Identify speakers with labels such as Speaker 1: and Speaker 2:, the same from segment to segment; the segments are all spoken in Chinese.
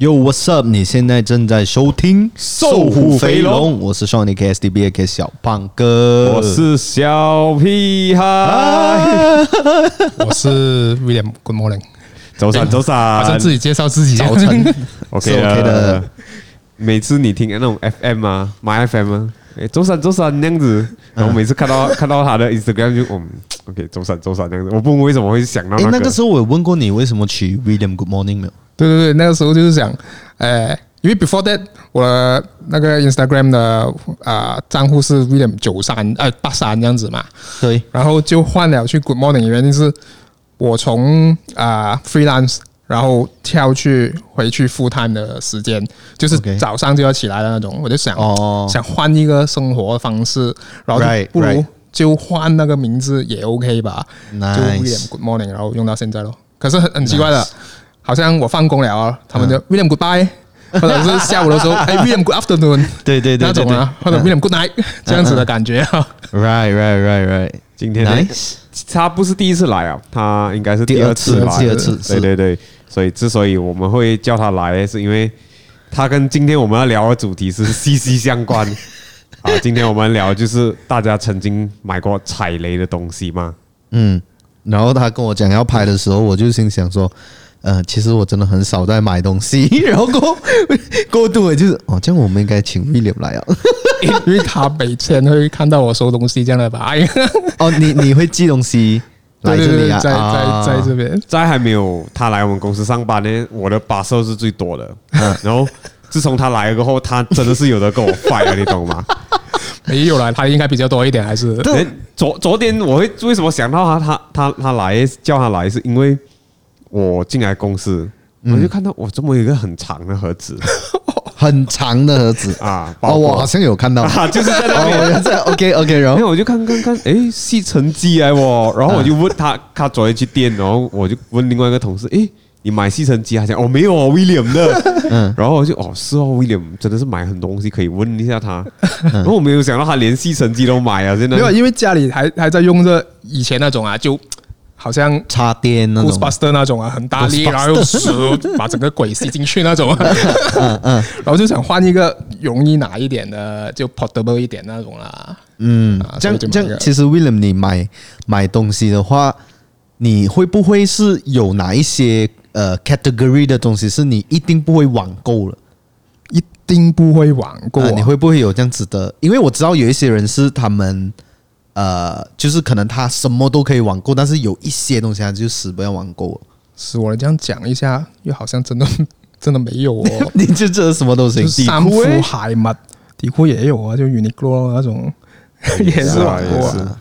Speaker 1: Yo, what's up？你现在正在收听《
Speaker 2: 瘦虎肥龙
Speaker 1: 我是少年 KSDB 的小胖哥，
Speaker 2: 我是小屁
Speaker 1: 哎
Speaker 2: 孩，
Speaker 3: 我是 William Good Morning，
Speaker 2: 走
Speaker 1: 哎
Speaker 2: 散走散，
Speaker 3: 好像自己介绍自己
Speaker 1: 啊早晨
Speaker 2: OK 呃
Speaker 1: 是 OK 的。
Speaker 2: 每次你听那种 FM 啊，买 FM 啊，诶走散走散那样子，
Speaker 1: 嗯
Speaker 2: 然后每次看到看到他的 Instagram 就嗯，OK 走散走散那样子，我不懂为什么会想到
Speaker 1: 哎、那
Speaker 2: 那
Speaker 1: 个
Speaker 2: 个
Speaker 1: 时候我有问过你为什么取 William Good Morning 没有？
Speaker 3: 对对对，那个时候就是想，呃，因为 before that 我的那个 Instagram 的啊、呃账户是 William 九三呃八三这样子嘛，
Speaker 1: 对，
Speaker 3: 然后就换了去 Good Morning，原因是我从啊、呃 freelance。然后跳去回去 full time 的时间，就是
Speaker 1: OK
Speaker 3: 早上就要起来的那种，我就想
Speaker 1: 哦
Speaker 3: 想换一个生活方式，然后就
Speaker 1: Right，
Speaker 3: 不
Speaker 1: right
Speaker 3: 如就换那个名字也 OK 吧。就
Speaker 1: Nice
Speaker 3: William Good Morning，然后用到现在咯。可是很很奇怪的，好像我放工了啊，他们就 William Goodbye，或者是下午的时候，哎 William Good Afternoon，
Speaker 1: 对对对
Speaker 3: 那
Speaker 1: 对
Speaker 3: 种
Speaker 1: 对 Uh，uh
Speaker 3: 啊，或者 William Good Night 这样子的感觉啊。
Speaker 1: ，Right right right right，
Speaker 2: 今天呢
Speaker 1: Nice，
Speaker 2: 他不是第一次来啊，他应该是
Speaker 1: 第
Speaker 2: 第
Speaker 1: 二
Speaker 2: 二
Speaker 1: 次
Speaker 2: 次来，
Speaker 1: 第二次是
Speaker 2: 对对对，所以之所以我们会叫他来，是因为他跟今天我们要聊的主题是 息息相关。啊，今天我们聊就是大家曾经买过踩雷的东西吗？
Speaker 1: 嗯，然后他跟我讲要拍的时候，我就心想说。呃，其实我真的很少在买东西， 然后过后过度的就是哦，这样我们应该请 William 来啊。
Speaker 3: 因为他每天会看到我收东西这样的吧？ 哎，
Speaker 1: 哦，你你会寄东西来
Speaker 3: 对对
Speaker 1: 这
Speaker 3: 对，
Speaker 1: 里啊？
Speaker 3: 在在
Speaker 1: 啊
Speaker 3: 在这边，
Speaker 2: 在还没有他来我们公司上班呢，我的把手是最多的。
Speaker 1: 嗯
Speaker 2: 然后自从他来了过后，他真的是有的跟我 fight 了，你懂吗？
Speaker 3: 没有啦，他应该比较多一点，还是
Speaker 2: 诶哎昨昨天我会为什么想到他他他他来叫他来，是因为我进来公司，
Speaker 1: 嗯
Speaker 2: 我就看到我这么有一个很长的盒 子
Speaker 1: 啊很长的盒子
Speaker 2: 啊，包
Speaker 1: 哦，我
Speaker 2: 裹
Speaker 1: 好像有看到。
Speaker 2: 啊，就是在那边。
Speaker 1: 哦，我在 OK OK，然
Speaker 2: 然
Speaker 1: 后
Speaker 2: 后我就看看看，诶，吸尘机来 哦，然后我就问他，他昨天去店，然后我就问另外一个同事，诶，你买吸尘机啊？他讲哦没有哦，William 的，
Speaker 1: 嗯
Speaker 2: 然后我就哦是哦，William 真的是买很多东西，可以问一下他。
Speaker 1: 嗯
Speaker 2: 然后我没有想到他连吸尘机都买啊，真的
Speaker 3: 没有，因为家里还还在用着以前那种啊，就好像
Speaker 1: 插电那
Speaker 3: g o o s
Speaker 1: 种
Speaker 3: b u，s t e r 那种啊，很大力，
Speaker 1: Ghostbuster
Speaker 3: 然后用手把整个鬼吸进去那种、啊，
Speaker 1: 嗯
Speaker 3: 然后就想换一个容易拿一点的，就 portable 一点那种啦。
Speaker 1: 嗯
Speaker 3: 啊，
Speaker 1: 这样
Speaker 3: 所以就买
Speaker 1: 这
Speaker 3: 一
Speaker 1: 样，
Speaker 3: 个
Speaker 1: 其实 William，你买买东西的话，你会不会是有哪一些呃 category 的东西是你一定不会网购了？
Speaker 3: 一定不会网购、
Speaker 1: 啊你会不会有这样子的？因为我知道有一些人是他们呃，就是可能他什么都可以网购，但是有一些东西他就死不要网购。，
Speaker 3: 是我这样讲一下，又好像真的 真的没有哦
Speaker 1: 你就这什么都行
Speaker 3: 就，是衫
Speaker 1: 底
Speaker 3: 裤
Speaker 1: 裤欸
Speaker 3: 鞋袜，底裤也有啊，就 Uniqlo 那种也是网
Speaker 2: 也
Speaker 3: 购
Speaker 2: 是
Speaker 3: 啊。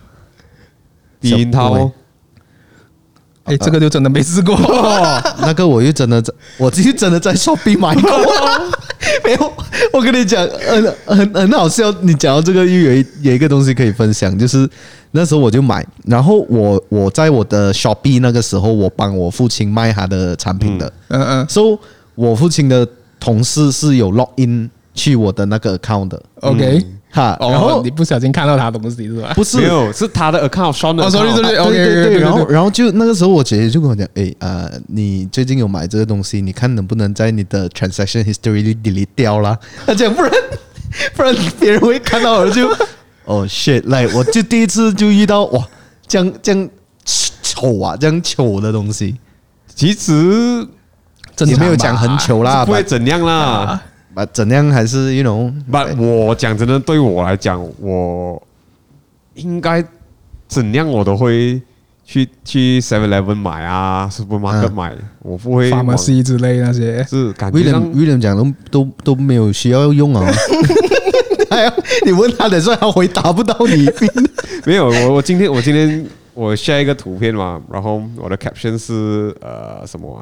Speaker 2: 低音涛
Speaker 3: 哎，这个就真的没试过，
Speaker 1: 那个我又真的在，我其实真的在 shopping 买过，没有。我跟你讲，很很很好笑。你讲到这个，又有一有一个东西可以分享，就是那时候我就买，然后我我在我的 shopping 那个时候，我帮我父亲卖他的产品的，
Speaker 3: 嗯嗯
Speaker 1: 所以我父亲的同事是有 log in 去我的那个 account 的，
Speaker 3: ，OK，
Speaker 1: 哈，然
Speaker 3: 然后
Speaker 1: 后
Speaker 3: 哦你不小心看到他东西是吧？
Speaker 1: 不是
Speaker 2: 没有，是他的 account 双的
Speaker 3: 哦
Speaker 2: account。
Speaker 3: ，sorry，sorry
Speaker 1: 啊对
Speaker 3: ，OK，
Speaker 1: 对对
Speaker 3: 对对
Speaker 1: 然后
Speaker 3: 对
Speaker 1: 然后就那个时候，我姐姐就跟我讲，诶，呃，你最近有买这个东西，你看能不能在你的 transaction history 里 delete 掉啦？ 她讲不然不然别人会看到我就哦 shit，来，我就第一次就遇到哇，这样这样丑啊，这样丑的东西，
Speaker 2: 其实
Speaker 3: 正
Speaker 1: 也
Speaker 3: 常
Speaker 1: 没有讲很
Speaker 3: 吧
Speaker 1: 丑啦，
Speaker 2: 不会
Speaker 1: 把
Speaker 2: 怎样啦。
Speaker 3: 啊
Speaker 1: 把怎样还是 you know，
Speaker 2: 不，我讲真的，对我来讲，我应该怎样我都会去去 Seven Eleven 买啊，Supermarket
Speaker 1: 嗯
Speaker 2: 买，我不会往
Speaker 3: ，pharmacy 之类那些。
Speaker 2: 是感觉
Speaker 1: William
Speaker 2: 上
Speaker 1: William 讲都都都没有需要用啊。 哎呀，你问他的时候，他回答不到你。
Speaker 2: 没有。我我今天我今天我 share 一个图片嘛，然后我的 caption 是呃什么、啊？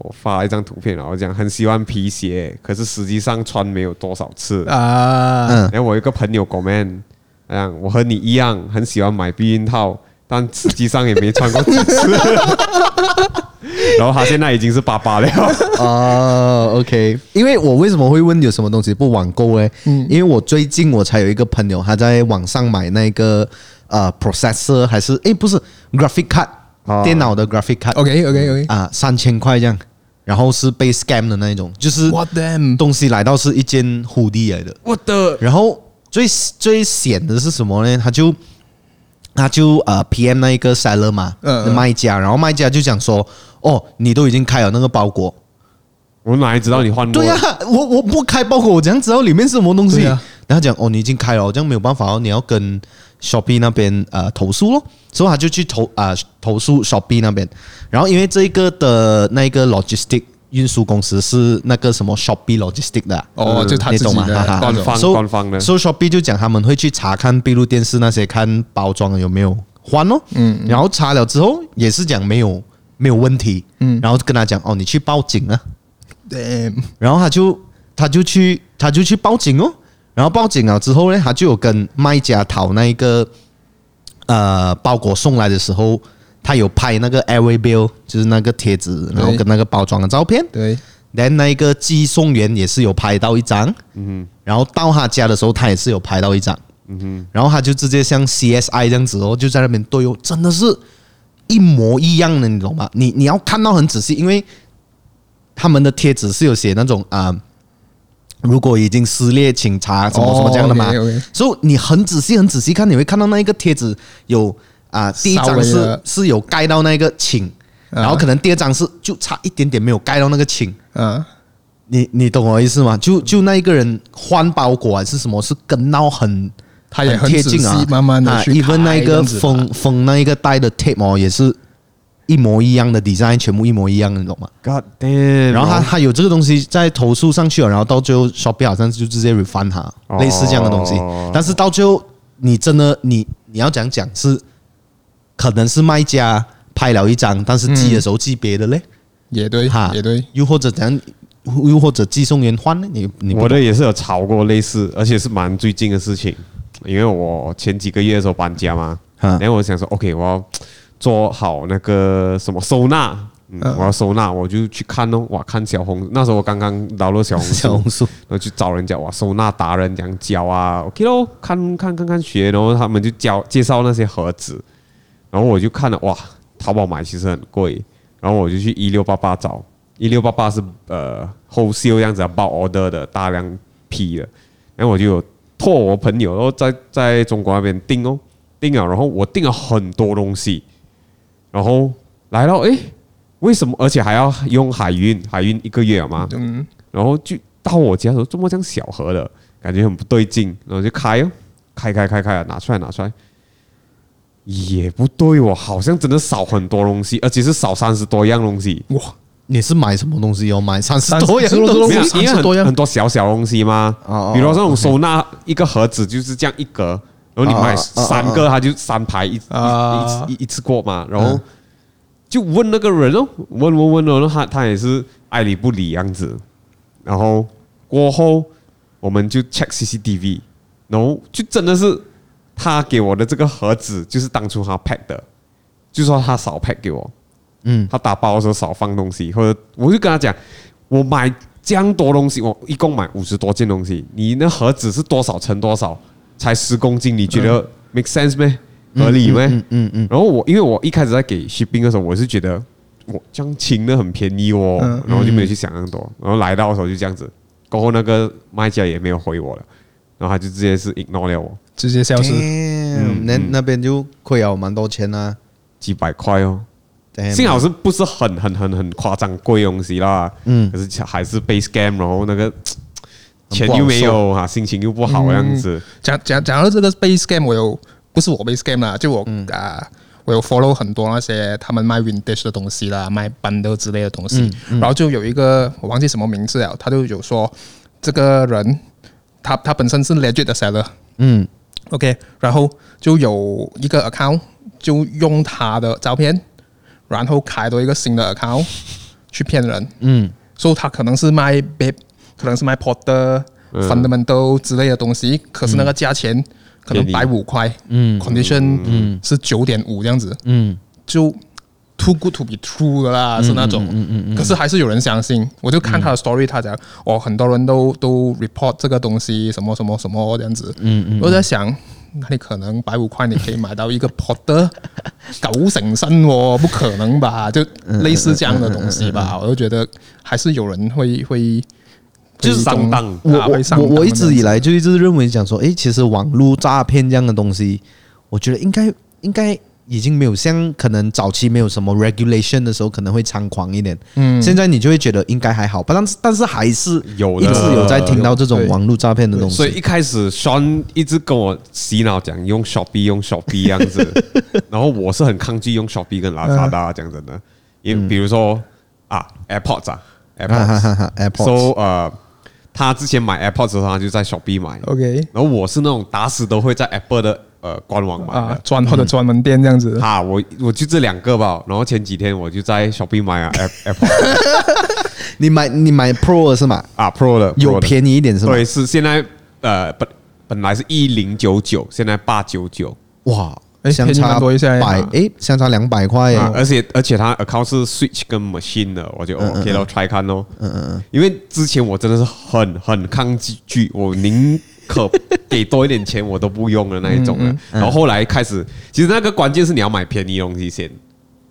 Speaker 2: 我发一张图片，然后讲很喜欢皮鞋，可是实际上穿没有多少次。
Speaker 3: 啊，
Speaker 1: 嗯
Speaker 2: 然后哎我有一个朋友 comment，哎呀，我和你一样很喜欢买避孕套，但实际上也没穿过几 次。然后他现在已经是爸爸了，
Speaker 1: 哦、o k 因为我为什么会问有什么东西不网购嘞？
Speaker 3: 嗯
Speaker 1: 因为我最近我才有一个朋友，他在网上买那个呃 processor 还是诶不是 graphic card，、
Speaker 2: 哦
Speaker 1: 电脑的 graphic card，
Speaker 3: OK OK OK，
Speaker 1: 啊三千块这样，然后是被 scam 的那一种，就是
Speaker 3: ，What damn！
Speaker 1: 东西来到是一件 hoodie 来的，
Speaker 2: 我的
Speaker 1: 然后最最险的是什么呢？他就他就呃 PM 那一个 seller 嘛，
Speaker 3: 嗯嗯
Speaker 1: 卖家，然后卖家就讲说，哦，你都已经开了那个包裹，
Speaker 2: 我哪里知道你换过？
Speaker 1: 对呀、啊我我不开包裹，我怎样知道里面是什么东西？
Speaker 3: 对啊
Speaker 1: 然后他讲哦，你已经开了，这样没有办法哦，你要跟 Shopee 那边呃投诉咯。所以他就去投啊、投诉 Shopee 那边。然后因为这一个的那一个 logistic 运输公司是那个什么 Shopee logistic 的啊、
Speaker 3: 哦，就他
Speaker 1: 你
Speaker 3: 自
Speaker 1: 懂
Speaker 3: 己
Speaker 1: 吗？
Speaker 3: 的
Speaker 1: 哈哈
Speaker 2: 官方
Speaker 1: So-
Speaker 2: 官方的
Speaker 1: So Shopee 就讲他们会去查看闭路电视那些，看包装有没有换哦。嗯，然后查了之后也是讲没有没有问题。嗯，然后跟他讲哦，你去报警啊。
Speaker 3: ，damn！
Speaker 1: 然后他就他就去他就去报警哦，然后报警了之后呢，他就有跟卖家讨那一个呃包裹送来的时候，他有拍那个 airway bill，就是那个贴纸，然后跟那个包装的照片。
Speaker 3: 对，
Speaker 1: 连那一个寄送员也是有拍到一张，嗯，然后到他家的时候，他也是有拍到一张，嗯然后他就直接像 CSI 这样子哦，就在那边对哦，真的是一模一样的，你懂吗？你你要看到很仔细，因为他们的贴纸是有写那种啊、如果已经撕裂，请查什么什么这样的嘛，
Speaker 3: 哦 OK，OK
Speaker 1: 所以你很仔细、很仔细看，你会看到那一个贴纸有啊、第一
Speaker 3: 稍微
Speaker 1: 张是
Speaker 3: 的啊
Speaker 1: 是有盖到那个请，然后可能第二张是就差一点点没有盖到那个请。
Speaker 3: 嗯，
Speaker 1: 你你懂我意思吗？就就那一个人换包裹还是什么，是跟到很
Speaker 3: 他也
Speaker 1: 很
Speaker 3: 很
Speaker 1: 贴
Speaker 3: 仔
Speaker 1: 近啊
Speaker 3: 细，，慢慢的
Speaker 1: 啊
Speaker 3: 去
Speaker 1: ，even
Speaker 3: 排
Speaker 1: 那一
Speaker 3: 这
Speaker 1: 个
Speaker 3: 样子
Speaker 1: 封封那一个带的 tape 哦，也是一模一样的 design，全部一模一样的，你懂吗？
Speaker 2: God damn！
Speaker 1: 然后他他有这个东西在投诉上去了，然后到最后 Shopee 好像就直接 refund 他，
Speaker 2: 哦
Speaker 1: 类似这样的东西。
Speaker 3: 哦
Speaker 1: 但是到最后，你真的你你要讲讲是，可能是卖家拍了一张，但是寄的时候寄别的嘞，
Speaker 3: 也对
Speaker 1: 哈，，
Speaker 3: 也对，
Speaker 1: 又或者怎样，又或者寄送员换呢？你你不
Speaker 2: 我的也是有炒过类似，而且是蛮最近的事情，因为我前几个月的时候搬家嘛，
Speaker 1: 啊
Speaker 2: 然后我想说，OK，我要做好那个什么收纳，嗯，我要收纳，我就去看哦，哇，看小红，那时候我刚刚导入小红
Speaker 1: 小
Speaker 2: 书
Speaker 1: 红，书
Speaker 2: 然后去找人家哇，收纳达人讲教啊，OK 咯，看看看看学，然后他们就教介绍那些盒子，然后我就看了哇，淘宝买其实很贵，然后我就去一六八八找，一六八八是呃 wholesale 这样子啊，报 order 的大量批的，然后我就有托我朋友，然后在在中国那边订哦，订了，然后我订了很多东西，然后来到诶，为什么？而且还要用海运，海运一个月了嘛，
Speaker 3: 嗯，
Speaker 2: 然后就到我家的时候，怎么这样小盒的感觉很不对劲，然后就开哦，开开开开，拿出来拿出来，也不对哦，好像真的少很多东西，而且是少三十多样东西，
Speaker 3: 哇，
Speaker 1: 你是买什么东西哦？买三十多样东
Speaker 2: 没有
Speaker 1: 西，，三
Speaker 2: 因为
Speaker 1: 十多
Speaker 2: 很
Speaker 1: 样
Speaker 2: 很啊多小小东西嘛
Speaker 1: 哦哦，
Speaker 2: 比如说那种收纳一个盒子就是这样一格，然后你买
Speaker 1: 哦哦哦
Speaker 2: 三个，它就三排一
Speaker 3: 啊
Speaker 2: 一一一一次过嘛，然后就问那个人哦，问问问哦，然后他他也是爱理不理样子，然后过后我们就 check CCTV，然后就真的是他给我的这个盒子就是当初他 pack 的，就说他少 pack 给我，
Speaker 1: 嗯，
Speaker 2: 他打包的时候少放东西，或者我就跟他讲，我买这样多东西，我一共买五十多件东西，你那盒子是多少乘多少才十公斤，你觉得 make sense 咩？合理咩？
Speaker 1: 嗯嗯嗯，
Speaker 2: 然后我因为我一开始在给 shipping 的时候，我是觉得我这样轻的很便宜哦，
Speaker 3: 嗯
Speaker 2: 然后就没有去想那么多。然后来到的时候就这样子，过后那个卖家也没有回我了，然后他就直接是 ignore 了我
Speaker 3: 直接消失，
Speaker 1: Damn，那那边就亏了蛮多钱啊。
Speaker 2: 几百块哦。
Speaker 1: Damn
Speaker 2: 幸好是不是很很很很夸张贵东西啦，
Speaker 1: 嗯
Speaker 2: 可是还是被 scam，然后那个
Speaker 1: 很
Speaker 2: 钱
Speaker 1: 不好嗯
Speaker 2: 又没有啊，心情又不好这样子，
Speaker 3: 讲讲讲到这个被 scam，我有不是我被 scam 啦，就我啊、我有 follow 很多那些他们卖 vintage 的东西啦，卖 bundle 之类的东西，然后就有一个我忘记什么名字了，他就有说这个人他他本身是 legit 的 seller。
Speaker 1: 嗯
Speaker 3: OK，然后就有一个 account 就用他的照片，然后开多一个新的 account 去骗人，
Speaker 1: 嗯
Speaker 3: 所以他可能是卖 babe，可能是卖 porter、fundamental
Speaker 1: 嗯
Speaker 3: 之类的东西，可是那个价钱可能
Speaker 2: 便宜
Speaker 3: 百五块，
Speaker 1: 嗯
Speaker 3: ，condition 是九点五这样子，
Speaker 1: 嗯
Speaker 3: 就 too good to be true 的啦，是那种。可是还是有人相信，我就看他的 story，他讲哦，很多人都都 report 这个东西什么什么什么这样子。嗯嗯。我在想，那你可能百五块你可以买到一个 Porter 九成新、哦，不可能吧？就类似这样的东西吧，我就觉得还是有人会会
Speaker 2: 就是上当
Speaker 3: 会中
Speaker 1: 我
Speaker 3: 啊会上
Speaker 1: 我
Speaker 3: 当
Speaker 1: 我一直以
Speaker 3: 这样
Speaker 1: 来就一直认为讲说，诶，其实网络诈骗这样的东西，我觉得应该应该已经没有像可能早期没有什么 regulation 的时候可能会猖狂一点，嗯，现在你就会觉得应该还好，但是但是还是
Speaker 2: 有
Speaker 1: 一
Speaker 2: 的
Speaker 1: 直有在听到这种
Speaker 3: 对
Speaker 1: 网络诈骗的东西，
Speaker 2: 所以一开始 Sean 一直跟我洗脑讲用 Shopee 用 Shopee 这样子，然后我是很抗拒用 Shopee 跟 Lazada 讲真的，因为比如说啊 AirPods 啊
Speaker 1: 哈哈
Speaker 2: AirPods，
Speaker 1: 哈哈 a i r p o d
Speaker 2: So 呃，他之前买 AirPods 的时候，他就在 Shopee 买。
Speaker 3: OK
Speaker 2: 然后我是那种打死都会在 Apple 的呃官网买
Speaker 3: 啊
Speaker 2: 的。
Speaker 3: 专或者专门店这样子。
Speaker 2: 嗯啊，我我就这两个吧。然后前几天我就在 Shopee 买啊 AirPods
Speaker 1: 你买你买 Pro 是吗？
Speaker 2: 啊 Pro 的，
Speaker 1: 有
Speaker 2: Pro 的
Speaker 1: 便宜一点是吗？
Speaker 2: 对，是现在呃本本来是一零九九，现在八九九。
Speaker 1: 哇，
Speaker 3: 诶
Speaker 1: 相
Speaker 3: 便宜
Speaker 1: 差
Speaker 3: 蛮多一下耶
Speaker 1: 百
Speaker 3: 啊
Speaker 1: 诶，相差两百块耶，。
Speaker 2: 啊，而且而且它 account 是 Switch 跟 Machine 的，我就、哦 OK 了，try 看咯。嗯嗯嗯，因为之前我真的是很很抗拒，我宁可给多一点钱我都不用的那一种了。然后后来开始，其实那个关键是你要买便宜东西先。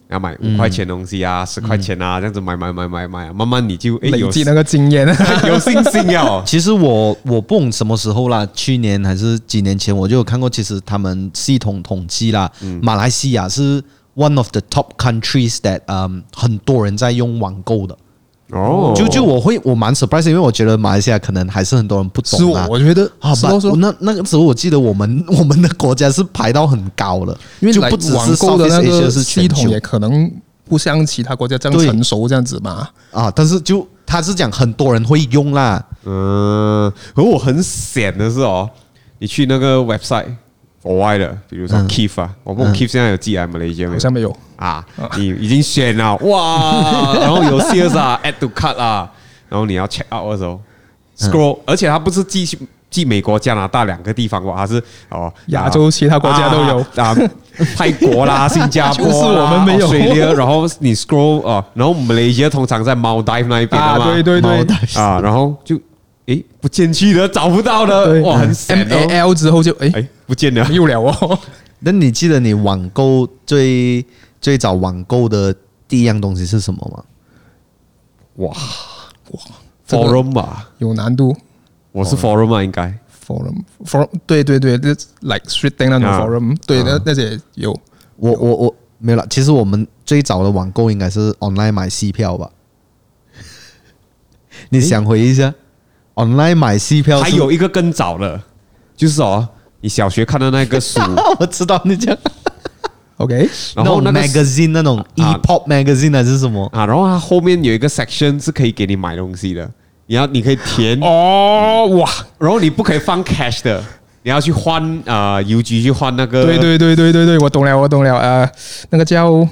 Speaker 2: 要买五块钱东西啊，十块钱啊，这样子买买买买买，慢慢你就哎
Speaker 3: 累
Speaker 2: 有
Speaker 3: 积那个经验，
Speaker 2: 有信心了
Speaker 1: 其实我我不懂什么时候啦，去年还是几年前我就有看过，其实他们系统统计啦，
Speaker 3: 嗯
Speaker 1: 马来西亚是 one of the top countries that 嗯、很多人在用网购的。
Speaker 2: 哦
Speaker 1: 就就我会我蛮 surprise，因为我觉得马来西亚可能还是很多人不懂
Speaker 3: 是哦
Speaker 1: 啦
Speaker 3: 我。我觉得
Speaker 1: 啊，
Speaker 3: 是都
Speaker 1: but
Speaker 3: 说
Speaker 1: 那那个时候我记得我们 我们的国家是排到很高了，因为就
Speaker 3: 来
Speaker 1: 不只
Speaker 3: 网
Speaker 1: 是
Speaker 3: 购的那
Speaker 1: Southeast Asia
Speaker 3: 个
Speaker 1: 是
Speaker 3: 系
Speaker 1: 全
Speaker 3: 统
Speaker 1: 球
Speaker 3: 也可能不像其他国家这样
Speaker 1: 对
Speaker 3: 成熟这样子嘛。
Speaker 1: 啊，但是就他是讲很多人会用啦，
Speaker 2: 嗯，可我很险的是哦，你去那个 website 国外的，比如说 Keep 啊，我问 Keep 现在有寄来 Malaysia 没
Speaker 3: 好
Speaker 2: 有？
Speaker 3: 像没有，
Speaker 2: 啊，你已经选了哇，然后有 sales 啊，add to cart 啊，然后你要 check out 的时候 scroll，而且它不是寄去寄美国、加拿大两个地方哇，它是哦
Speaker 3: 亚洲其他国家都有
Speaker 2: 啊，啊泰国 啦、新加坡啦，
Speaker 3: 就是我们没有
Speaker 2: 水流，然后你 scroll 啊，然后 Malaysia 通常在 Maldive 那一边的
Speaker 3: 啊，
Speaker 2: 嘛，
Speaker 3: 对对
Speaker 1: 猫
Speaker 3: 对
Speaker 1: 的
Speaker 2: 啊，然后就诶不见去了，找不到了，
Speaker 3: 对
Speaker 2: 哇，很险
Speaker 3: 嗯，M A
Speaker 2: 哦，
Speaker 3: L 之后就哎
Speaker 2: 哎，不见了，
Speaker 3: 没有了 哦，
Speaker 1: 那你记得你网购最最早网购的第一样东西是什么吗？
Speaker 2: 哇
Speaker 3: 这个
Speaker 2: forum 吧，
Speaker 3: 有难度。
Speaker 2: 我是 forum 啊，应该
Speaker 3: forum forum 对对对，这 like street d a n 那种
Speaker 2: 啊
Speaker 3: forum，、对，那那些有
Speaker 1: 我我我没有了。其实我们最早的网购应该是 online 买戏票吧？ 你想回忆一下、o n l i n e 买戏票
Speaker 2: 还
Speaker 1: 是
Speaker 2: 有一个更早的，就是哦，你小学看的那个 书，
Speaker 1: 我知道你讲，
Speaker 3: OK
Speaker 2: 然后那
Speaker 1: 那
Speaker 2: 个
Speaker 1: 种 magazine 那种 e
Speaker 2: 啊
Speaker 1: pop magazine 还是什么？
Speaker 2: 啊，然后它后面有一个 section 是可以给你买东西的，你要你可以填，
Speaker 3: 哦哇，
Speaker 2: 然后你不可以放 cash 的，你要去换啊、呃邮局去换那个，
Speaker 3: 对对对对对对，我懂了我懂了，呃，那个叫我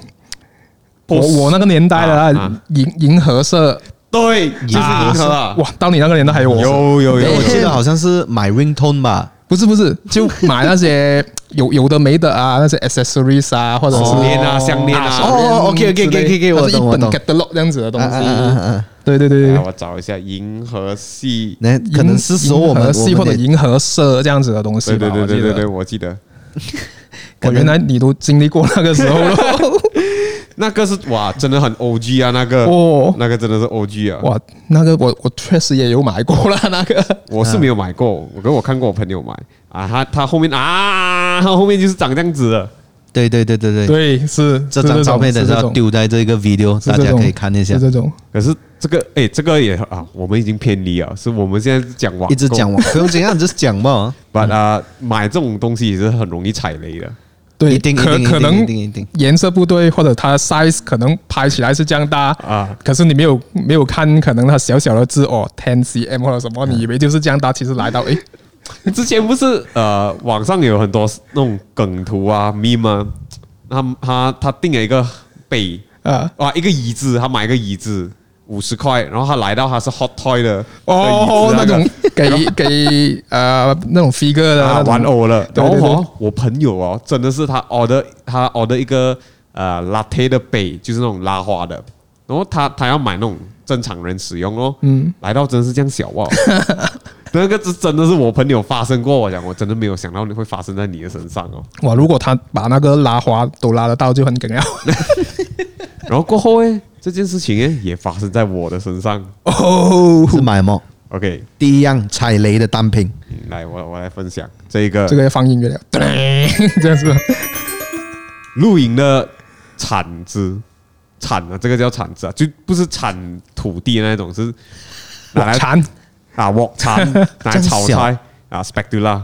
Speaker 2: Post
Speaker 3: 我那个年代的
Speaker 2: 啊
Speaker 3: 啊
Speaker 2: 啊
Speaker 3: 银银河社，
Speaker 2: 对，就是银河
Speaker 1: 啊
Speaker 2: 啦，
Speaker 3: 哇，到你那个年代还有我，
Speaker 2: 有有有，
Speaker 1: 我
Speaker 2: 我
Speaker 1: 记
Speaker 2: 记
Speaker 1: 得
Speaker 2: 得
Speaker 1: 好像是买 ringtone 吧。
Speaker 3: 不是不是，就买那些有有的没的啊，那些 accessories 啊，或者是
Speaker 2: 手链啊、项链啊。
Speaker 1: 哦哦，OK，OK，OK，OK，我
Speaker 3: 它是一
Speaker 1: 懂我
Speaker 3: 本
Speaker 1: 懂
Speaker 3: catalog 这样子的东西
Speaker 1: 啊啊啊啊啊，
Speaker 3: 对对对
Speaker 2: 来
Speaker 3: 对，
Speaker 2: 我找一下银河系，
Speaker 1: 那可能是时候我
Speaker 3: 银
Speaker 1: 们
Speaker 3: 河系
Speaker 1: 我
Speaker 3: 或
Speaker 1: 们
Speaker 3: 者
Speaker 1: 也
Speaker 3: 银河社这样子的东西
Speaker 2: 对
Speaker 3: 吧，
Speaker 2: 对对
Speaker 3: 我记
Speaker 2: 对
Speaker 3: 得
Speaker 2: 对对，我记得
Speaker 1: 可
Speaker 3: 我
Speaker 1: 能
Speaker 3: 原来你都经历过那个时 候了，
Speaker 2: 那个是哇，真的很 O G 啊，那个
Speaker 3: 哦
Speaker 2: 那个真的是 O G 啊，
Speaker 3: 哇，那个我我确实也有买过啦，那个
Speaker 2: 我是没有买过，我跟我看过我朋友买啊，他他后面啊，他后面就是长这样子的，
Speaker 1: 对对对对对。
Speaker 3: 对是
Speaker 1: 这张照片等
Speaker 3: 是
Speaker 1: 下
Speaker 3: 这
Speaker 1: 要
Speaker 3: 种，
Speaker 1: 丢在这个 video，
Speaker 3: 是
Speaker 1: 大
Speaker 3: 这种
Speaker 1: 家可以看一下
Speaker 3: 是。这种，
Speaker 2: 可是这个哎、这个也啊，我们已经偏离了，是我们现在讲网购
Speaker 1: 一直讲，网，不用这啊样，你就讲吧。
Speaker 2: ，but 啊，买这种东西也是很容易踩雷的。
Speaker 3: 对，
Speaker 1: 一定
Speaker 3: 可
Speaker 1: 一定
Speaker 3: 可
Speaker 1: 一定一
Speaker 3: 能
Speaker 1: 定一定
Speaker 3: 颜色不对，或者它 size 可能拍起来是这样大
Speaker 2: 啊，
Speaker 3: 可是你没有没有看，可能它小小的字哦，ten cm 或者什么，你以为就是这样大，其实来到 诶，
Speaker 2: 之前不是呃，网上有很多那种梗图啊、meme 啊，他他他订了一个杯，
Speaker 3: 啊，
Speaker 2: 哇，一个椅子，他买一个椅子五十块，然后他来到他是 hot toy 的
Speaker 3: 哦，
Speaker 2: 的椅子
Speaker 3: 那种给给呃那种 figure 的
Speaker 2: 啊
Speaker 3: 那
Speaker 2: 玩
Speaker 3: 种，
Speaker 2: 偶了。
Speaker 3: 对
Speaker 2: 然后
Speaker 3: 对对
Speaker 2: 哦，我朋友哦，真的是他 order 他 order 一个呃 latte 的杯，就是那种拉花的， 然后他他要买那种正常人使用哦，嗯，来到真的是这样小哇，啊那个是真的是我朋友发生过，我讲我真的没有想到你会发生在你的身上哦。
Speaker 3: 哇，如果他把那个拉花都拉得到，就很梗 了。
Speaker 2: 然后过后诶，这件事情诶也发生在我的身上。
Speaker 3: 哦，
Speaker 1: 是买么？
Speaker 2: OK，
Speaker 1: 第一样踩雷的单品，
Speaker 2: 嗯来我我来分享这个
Speaker 3: 这个要放音乐了， 噔这样子。
Speaker 2: 露营的铲子，铲啊，这个叫铲子啊，就不是铲土地的那种，是拿
Speaker 3: 我
Speaker 2: 来
Speaker 3: 馋，
Speaker 2: 啊，我 铲拿来炒
Speaker 1: 这样
Speaker 2: 菜啊，spatula。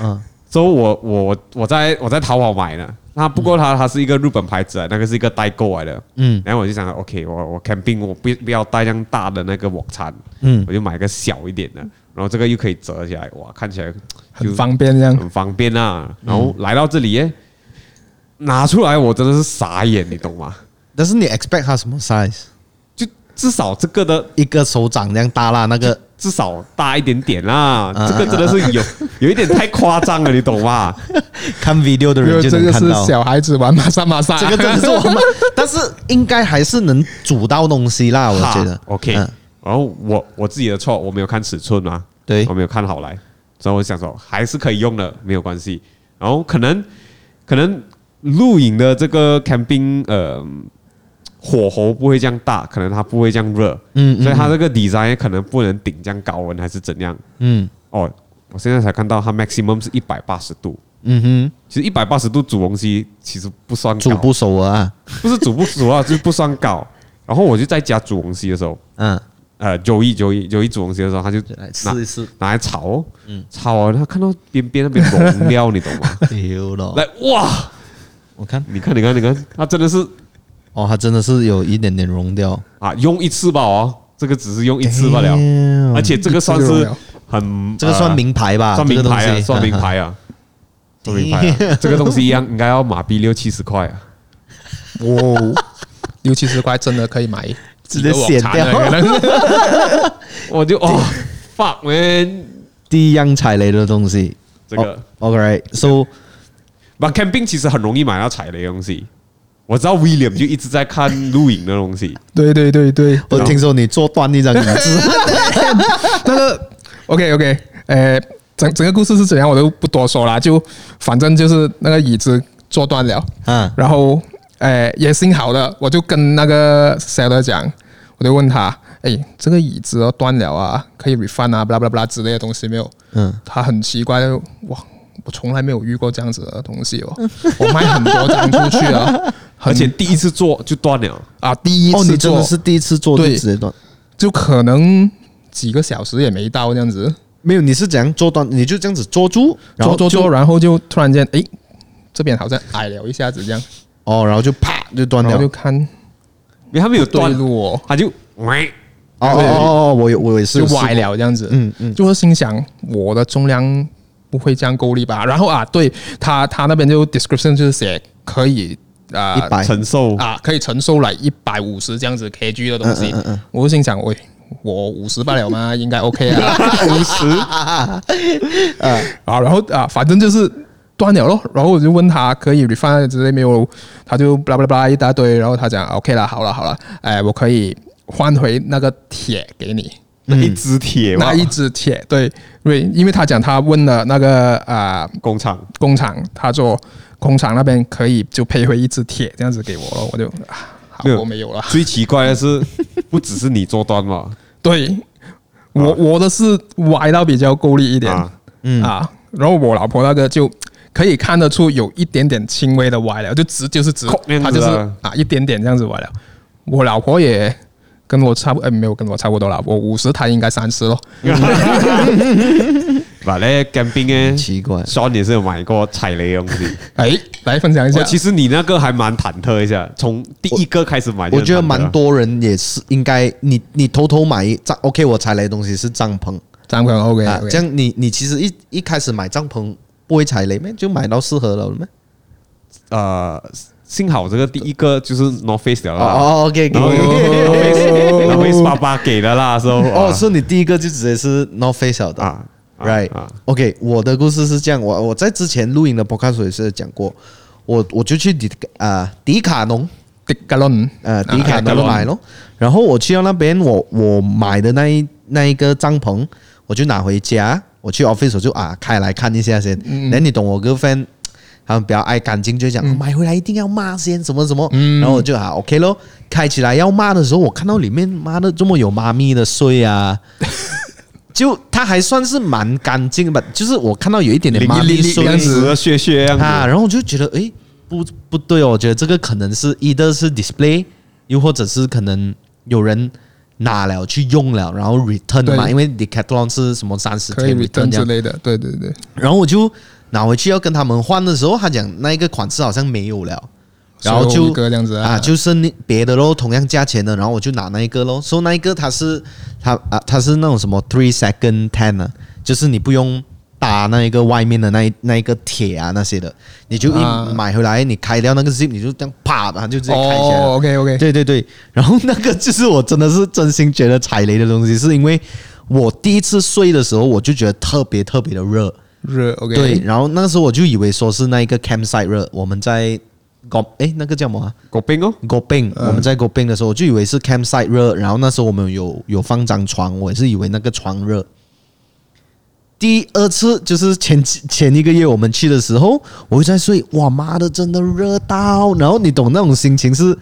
Speaker 1: 嗯，
Speaker 2: 所以我我我在我在淘宝买的，那不
Speaker 3: 嗯
Speaker 2: 过它它是一个日本牌子啊，那个是一个代购来的，嗯，然后我就想，OK，我我 camping 我不不要带这样大的那个网餐，嗯，我就买个小一点的，然后这个又可以折起来，哇，看起来
Speaker 3: 很方便这样。嗯
Speaker 2: 很方便啊。然后来到这里耶，拿出来我真的是傻眼，你懂吗？
Speaker 1: 但是你 expect 它什么 size？
Speaker 2: 就至少这个的
Speaker 1: 一个手掌这样大啦，那个
Speaker 2: 至少大一点点啦，
Speaker 1: 嗯
Speaker 2: 这个真的是 有有一点太夸张了，你懂吗？
Speaker 1: 看 video 的
Speaker 3: 因
Speaker 1: 人
Speaker 3: 为
Speaker 1: 就
Speaker 3: 这
Speaker 1: 能
Speaker 3: 个
Speaker 1: 看
Speaker 3: 是
Speaker 1: 到。
Speaker 3: 小孩子玩玛莎玛莎，
Speaker 1: 这个真的是我 们，但是应该还是能煮到东西啦，我
Speaker 2: 哈
Speaker 1: 觉得。
Speaker 2: OK、
Speaker 1: 嗯
Speaker 2: 然后我我自己的错，我没有看尺寸嘛，
Speaker 1: 对
Speaker 2: 我没有看好来，所以我想说还是可以用的，没有关系。然后可能可能录影的这个 camping 呃火候不会这样大，可能它不会这样热，
Speaker 1: 嗯
Speaker 2: 所以它这个 design 可能不能顶这样高温还是怎样。
Speaker 1: 嗯
Speaker 2: 哦，我现在才看到它 maximum 是一百八十度。
Speaker 1: 嗯
Speaker 2: 其实一百八十度煮东西其实不算
Speaker 1: 哼，
Speaker 2: 高，
Speaker 1: 煮不熟啊，
Speaker 2: 不是煮不熟啊，就是不算高。然后我就在家煮东西的时候，
Speaker 1: 嗯，
Speaker 2: 呃，九一九一九一煮东西的时候，他就
Speaker 1: 来嗯
Speaker 2: 拿
Speaker 1: 试一 试。
Speaker 2: 拿来炒哦，炒啊，他看到边边那边融掉，你懂吗？
Speaker 1: 丢了，
Speaker 2: 来哇，
Speaker 1: 哎我看，
Speaker 2: 你看你看你看，他真的是
Speaker 1: 哦，它真的是有一点点融掉，
Speaker 2: 啊，用一次吧哦，这个只是用一次罢了，
Speaker 1: Damn
Speaker 2: 而且这个算是很
Speaker 1: 这个算、名牌吧？
Speaker 2: 呃算名
Speaker 1: 这个
Speaker 2: 牌
Speaker 1: 东
Speaker 2: 啊，
Speaker 1: 西
Speaker 2: 算名。牌 啊，算名牌啊，这个东西一样应该要马币六七十块啊。
Speaker 3: 哇，六七十块真的可以买
Speaker 1: 直接剪掉
Speaker 3: 几
Speaker 2: 啊
Speaker 3: 个网茶的可能
Speaker 2: 我就哦 fuck man，
Speaker 1: 第一样踩雷的东西，
Speaker 2: 这个
Speaker 1: o k r i g h t so
Speaker 2: 把 camping 其实很容易买到踩雷的东西。我知道 William 就一直在看 录影的东西，
Speaker 3: 对对对对，
Speaker 1: 我听说你做断一张椅子，
Speaker 3: 那个 OK OK，呃，整整个故事是怎样我都不多说啦，就反正就是那个椅子坐断了，
Speaker 1: 嗯
Speaker 3: 然后呃也幸好的，我就跟那个 seller 讲，我就问他，哎，这个椅子哦断了啊，可以 refund 啊，巴拉巴拉巴拉之类的东西没有？
Speaker 1: 嗯，
Speaker 3: 他很奇怪，哇，我从来没有遇过这样子的 东西哦，我卖很多张出去了，很
Speaker 2: 而且第一次做就断了。
Speaker 3: 啊第一
Speaker 1: 哦，你
Speaker 3: 次
Speaker 1: 真
Speaker 3: 做、
Speaker 1: 的是第一次做就
Speaker 3: 对
Speaker 1: 直接断，
Speaker 3: 就可能几个小时也没到这样子，
Speaker 1: 没有，你是怎样做断？你就这样子捉住，然后
Speaker 3: 做做
Speaker 1: 就
Speaker 3: 做，然后就突然间，哎，这边好像矮了一下子这样，
Speaker 1: 哦，然后就啪就断
Speaker 3: 然
Speaker 1: 掉
Speaker 3: 后就。看
Speaker 2: 因为他没有
Speaker 3: 对
Speaker 2: 断，
Speaker 3: 路哦，
Speaker 2: 他就喂，
Speaker 1: 哦哦哦哦，我有我也是
Speaker 3: 就
Speaker 1: 有试过
Speaker 3: 歪了这样子，
Speaker 1: 嗯嗯，
Speaker 3: 就是心想我的重量不会这样够力吧？然后啊，对他他那边就 description 就是写可以啊
Speaker 1: 一百
Speaker 2: 承受
Speaker 3: 啊，可以承受来一百五十这样子 kg 的东
Speaker 1: 嗯
Speaker 3: 西，我就心想，喂，我五十罢了吗？应该 OK 啊，
Speaker 2: 五十，
Speaker 3: 啊，然后啊，反正就是断了咯。然后我就问他可以 refund 之类没有，他就巴拉巴拉巴拉一大堆，然后他讲啊 OK 了，好了好了，哎，我可以换回那个铁给你，
Speaker 2: 那一只铁吧
Speaker 3: 那，一只铁，对，因为因为他讲他问了那个啊、
Speaker 2: 工厂
Speaker 3: 工厂，他说工厂那边可以就赔回一只铁这样子给我了，我就啊，好
Speaker 2: 没有
Speaker 3: 我没有了，
Speaker 2: 最奇怪 的是，不只是你做断嘛，
Speaker 3: 对我、我的是歪到比较够力一点。
Speaker 2: 啊，
Speaker 1: 嗯
Speaker 3: 啊，然后我老婆那个就可以看得出有一点点轻微的歪了，就直就是直
Speaker 2: 扣那，样
Speaker 3: 她
Speaker 2: 子
Speaker 3: 就是
Speaker 2: 啊
Speaker 3: 啊一点点这样子歪了。我老婆也跟我差不，呃，没有跟我差不多啦，我五十，她应该三十咯。
Speaker 2: 把嘞 camping
Speaker 1: 很
Speaker 2: 诶，
Speaker 1: 奇怪，
Speaker 2: 双也是有买过踩雷的东西。哦
Speaker 3: 哎，来分享一
Speaker 1: 哦
Speaker 3: 下
Speaker 2: 哇，其实你那个还蛮忐忑一下，从第一个开始买就
Speaker 1: 我
Speaker 2: 很忐忑啊，
Speaker 1: 觉得蛮多人也是应该，你你偷偷买一帐，OK，我踩雷的东西是帐篷
Speaker 3: 张鹏 OK
Speaker 1: 啊，这
Speaker 3: OK，
Speaker 1: 样你你其实一一开始买帐篷不会踩雷咩？就买到适合了咩？
Speaker 2: 呃，幸好这个第一个就是 North Face 了
Speaker 1: 哦
Speaker 2: 啦，
Speaker 1: 哦，OK，
Speaker 2: 然后有 North
Speaker 1: 哦
Speaker 2: Face，North Face 爸爸给的啦，是
Speaker 1: 哦，
Speaker 2: 吧？
Speaker 1: 是你第一个就直接是 North Face 了的
Speaker 2: 啊啊
Speaker 1: ，Right？
Speaker 2: 啊
Speaker 1: OK，我的故事是这样，我我在之前录影的 podcast 也是讲过，我我就去迪啊迪卡侬。
Speaker 3: 迪卡伦
Speaker 1: 呃迪卡
Speaker 2: 迪卡
Speaker 1: 侬
Speaker 2: 侬
Speaker 1: 买咯。然后我去到那边，我我买的那一那一个帐篷，我就拿回家，我去 office 我就啊开来看一下先。然后你懂我 girlfriend。他们比较爱干净，就讲、买回来一定要骂先什么什么，然后我就啊 OK 咯，开起来要骂的时候，我看到里面妈的这么有妈咪的碎啊，就它还算是蛮干净吧，就是我看到有一点点
Speaker 2: 淋
Speaker 1: 妈
Speaker 2: 一
Speaker 1: 咪
Speaker 2: 淋这
Speaker 1: 碎
Speaker 2: 样子的血血样
Speaker 1: 啊，
Speaker 2: 子，
Speaker 1: 然后我就觉得诶不不对哦，我觉得这个可能是 either 是 display，又或者是可能有人拿了去用了，然后 return
Speaker 3: 对
Speaker 1: 嘛，因为 Decathlon 是什么三十
Speaker 3: 可以
Speaker 1: 天
Speaker 3: return
Speaker 1: 这
Speaker 3: 之
Speaker 1: 样，
Speaker 3: 类的，对对对，
Speaker 1: 然后我就拿回去要跟他们换的时候，他讲那一个款式好像没有了，然后
Speaker 3: 所以我
Speaker 1: 就
Speaker 3: 一个这样子
Speaker 1: 啊，就剩那别的咯，同样价钱的，然后我就拿那一个咯。所、以那一个它是它啊，它是那种什么 three second ten 啊，就是你不用打那一个外面的那一那一个铁啊那些的，你就一
Speaker 3: 啊
Speaker 1: 买回来，你开掉那个 zip，你就这样啪，它就直接开起来了。
Speaker 3: 哦，OK OK，
Speaker 1: 对对对，然后那个就是我真的是真心觉得踩雷的东西，是因为我第一次睡的时候，我就觉得特别特别的热。
Speaker 3: 热 OK，
Speaker 1: 对，，然后那时候我就以为说是那一个 campsite 热，我们在搞诶，那个叫什么、啊？
Speaker 2: 狗兵哦，
Speaker 1: g o b i n g 我们在 g o b i n g 的时候，我就以为是 campsite 热，然后那时候我们有有放张床，我也是以为那个床热。第二次就是前几前一个月我们去的时候，我就在睡，哇妈的，真的热到！然后你懂那种心情是，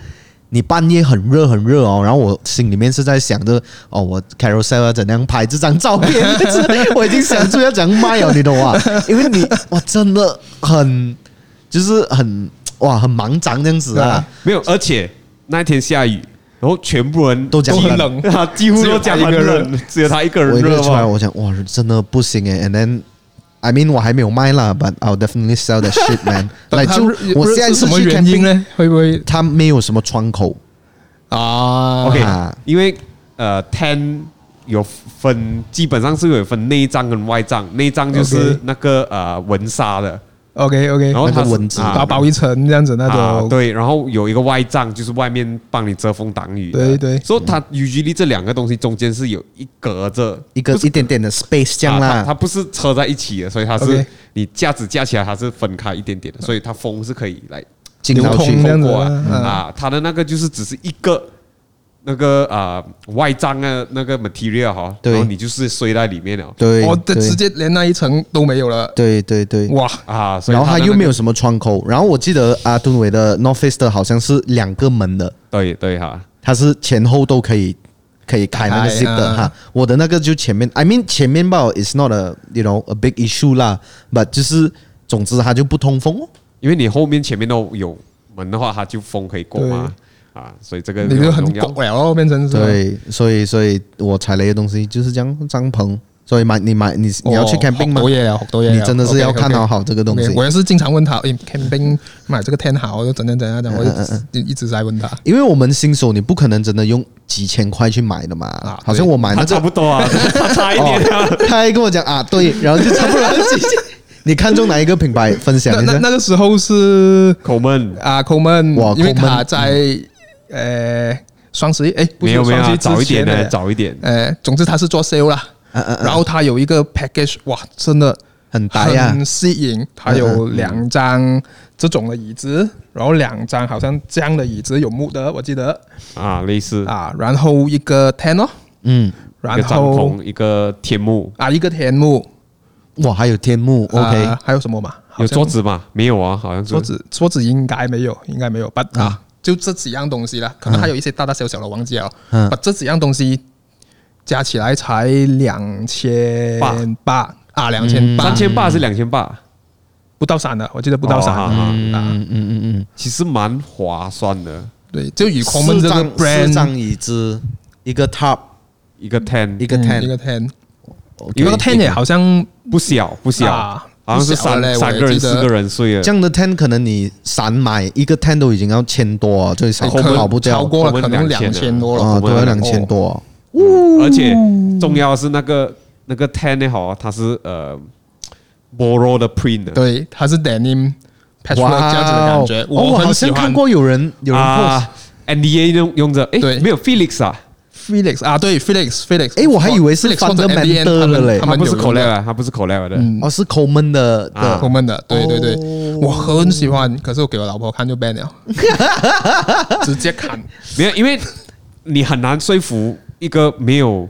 Speaker 1: 你半夜很热很热哦，然后我心里面是在想着，哦，我 carousel 要怎样拍这张照片，就是我已经想出要怎样卖了，你懂吗？因为你哇真的很就是很哇很忙张这样子啊
Speaker 3: 啊。
Speaker 2: 没有，而且那天下雨，然后全部人
Speaker 1: 都讲
Speaker 3: 都
Speaker 1: 冷
Speaker 3: 很冷，啊
Speaker 2: 他几乎都讲很冷，只有他一个
Speaker 1: 我
Speaker 2: 人
Speaker 1: 一个
Speaker 2: 热
Speaker 1: 出来，
Speaker 2: 嘛。
Speaker 1: 我想哇，真的不行诶 And then I mean 我还没有卖啦，but I'll definitely sell that shit man 。来就我现在
Speaker 3: 是什么原因？呢？会不会
Speaker 1: 它没有什么窗口，
Speaker 3: 啊
Speaker 2: OK，
Speaker 1: 啊
Speaker 2: 因为呃，ten 有分，基本上是有分内脏跟外脏，内脏就是
Speaker 3: OK
Speaker 2: 那个呃纹纱的，
Speaker 3: OK OK，
Speaker 2: 然后它
Speaker 1: 那个
Speaker 2: 是
Speaker 1: 蚊子
Speaker 2: 啊
Speaker 3: 薄薄一层这样子那
Speaker 2: 啊，
Speaker 3: 种，
Speaker 2: 对，然后有一个外帐，就是外面帮你遮风挡雨的。
Speaker 3: 对对
Speaker 2: 所以它 usually 这两个东西中间是有一隔着
Speaker 1: 一个一点点的 space 这样
Speaker 2: 啊它它
Speaker 1: 啦。
Speaker 2: 不是车在一起的，所以它是
Speaker 3: OK
Speaker 2: 你架子架起来，它是分开一点点
Speaker 1: 啊
Speaker 2: 的，所以它风是可以来
Speaker 1: 进
Speaker 3: 流
Speaker 1: 到
Speaker 3: 通
Speaker 1: 去
Speaker 3: 这
Speaker 2: 通
Speaker 3: 样子
Speaker 2: 过啊
Speaker 3: 啊。嗯
Speaker 2: 啊，它的那个就是只是一个那个啊外帐的那个 material 哈，
Speaker 1: 对
Speaker 2: 然后你就是睡在里面了
Speaker 1: 对，
Speaker 3: 哦，这
Speaker 1: 对
Speaker 3: 直接连那一层都没有了，
Speaker 1: 对对对。
Speaker 3: 哇！
Speaker 2: 啊，所以
Speaker 1: 然后
Speaker 2: 它
Speaker 1: 它
Speaker 2: 的
Speaker 1: 又
Speaker 2: 那
Speaker 1: 没
Speaker 2: 个
Speaker 1: 有什么窗口，然后我记得阿敦伟的 North Face 的好像是两个门的，
Speaker 2: 对对哈，
Speaker 1: 它是前后都可以可以开那个
Speaker 3: 开
Speaker 1: zip 的
Speaker 3: 啊
Speaker 1: 哈。我的那个就前面，I mean 前面吧，is not a you know a big issue 啦，but 就是总之它就不通风哦。
Speaker 2: 因为你后面前面都有门的话，它就风可以过嘛啊，所以这个
Speaker 3: 你就很
Speaker 2: 重要。
Speaker 3: 狗了哦，变成是
Speaker 1: 对，所以所以我踩雷的东西就是这样帐篷。所以买你买你你要
Speaker 3: 哦
Speaker 1: 去 camping 吗
Speaker 3: 多？夜了，多夜啊
Speaker 1: 你真的是要看好好这个东西。
Speaker 3: 我也是经常问他，诶 c a m p i n g 买这个天好，就怎样怎 样怎样，我就一直在问他。
Speaker 1: 因为我们新手，你不可能真的用几千块去买的嘛。
Speaker 3: 啊
Speaker 1: 好像我 买那
Speaker 2: 它
Speaker 1: 个
Speaker 2: 差不多啊，它差一点啊。
Speaker 1: 哦，他还跟我讲啊，对，然后就差不多几 千。你看中哪一个品牌？分享
Speaker 3: 那
Speaker 1: 一
Speaker 3: 那
Speaker 1: 下。
Speaker 3: 那个时候是
Speaker 2: 口闷，
Speaker 3: 啊抠门
Speaker 1: 哇，
Speaker 3: 因为
Speaker 1: Coleman，嗯
Speaker 3: 他在呃双十一，哎，不
Speaker 2: 没
Speaker 3: 是
Speaker 2: 有没有
Speaker 3: 双十
Speaker 2: 啊，
Speaker 3: 一
Speaker 2: 早
Speaker 3: 之
Speaker 2: 一点
Speaker 3: 前
Speaker 2: 的，
Speaker 3: 的，
Speaker 2: 早一点。
Speaker 3: 呃，总之他是做 sale 啦，
Speaker 1: 嗯嗯嗯，
Speaker 3: 然后他有一个 package，哇，真的
Speaker 1: 很呆啊呀、
Speaker 3: 很吸引，它
Speaker 1: 嗯
Speaker 3: 有两张这种的椅子，然后两张好像这样的椅子有木的，我记得
Speaker 2: 啊，类似
Speaker 3: 啊，然后一个 tent 哦，
Speaker 1: 嗯，
Speaker 2: 一个
Speaker 3: 然
Speaker 2: 帐
Speaker 3: 后
Speaker 2: 篷，一个天幕，
Speaker 3: 啊一个天幕
Speaker 1: 哇，还有天幕，OK，、
Speaker 3: 啊还有什么嘛？好
Speaker 2: 有
Speaker 3: 像
Speaker 2: 桌子吗？没有啊，好像是
Speaker 3: 桌子桌子应该没有，应该没有，but
Speaker 1: 啊
Speaker 3: 啊，就这几样东西啦，可能还有一些大大小小的忘记了，
Speaker 1: 嗯
Speaker 3: 把这几样东西加起来才两千八啊，两千
Speaker 1: 嗯
Speaker 3: 八
Speaker 2: 三千八还是两千八，
Speaker 3: 不到三的，我记得不到三
Speaker 2: 哦好好
Speaker 3: 啊，
Speaker 1: 嗯嗯嗯
Speaker 2: 其实蛮划算的。
Speaker 3: 对，就以
Speaker 1: 嗯，
Speaker 3: c o m m o n
Speaker 1: 四
Speaker 3: 这个
Speaker 1: 张四
Speaker 3: brand
Speaker 1: 张椅子，一个 top，
Speaker 2: 一个 ten
Speaker 1: 一个
Speaker 3: 嗯
Speaker 1: ten，、
Speaker 3: 一个 ten，
Speaker 1: OK
Speaker 3: 一个 ten 也好像
Speaker 2: 不小不小
Speaker 3: 啊，
Speaker 2: 好像是
Speaker 3: 不小
Speaker 2: 三
Speaker 3: 嘞我也
Speaker 2: 三个人
Speaker 3: 记得
Speaker 2: 四个人睡了
Speaker 1: 这。样的 ten 可能你散买一个 ten 都已经要千多哦，最少
Speaker 3: 哎可
Speaker 1: 跑不掉
Speaker 3: 超过了可
Speaker 2: Coleman
Speaker 3: 能
Speaker 2: 2000
Speaker 3: 两千多
Speaker 1: 啊，
Speaker 3: 了，
Speaker 1: 都要两千多哦、
Speaker 2: 而且重要的是那个那个 ten 呢，好，它是呃 borrow 的 print 的
Speaker 3: 对，它是 denim patchwork 这样子的感觉，
Speaker 1: 哦哦，我好
Speaker 3: 很喜
Speaker 1: 像看
Speaker 3: 欢。
Speaker 1: 过有人有人 post，
Speaker 2: 啊，NDA 用用着，诶，
Speaker 3: 对
Speaker 2: 没有 Felix 啊，
Speaker 3: Felix 啊，对 Felix Felix，
Speaker 1: 诶我还以为是
Speaker 3: Felix 或者
Speaker 1: fundamental
Speaker 3: MBN 他们
Speaker 1: 的嘞
Speaker 3: 他
Speaker 2: 它
Speaker 3: 们
Speaker 2: 不是
Speaker 3: 有用
Speaker 2: collab
Speaker 3: 的
Speaker 2: 啊，它不是 collab 的，
Speaker 3: 嗯
Speaker 1: 哦，是抠门的的、
Speaker 2: 啊
Speaker 3: 我们的，对对对
Speaker 1: 哦，
Speaker 3: 我很喜欢，可是我给我老婆看就 ban 了， 直接砍。
Speaker 2: 没有，因为你很难说服一个没有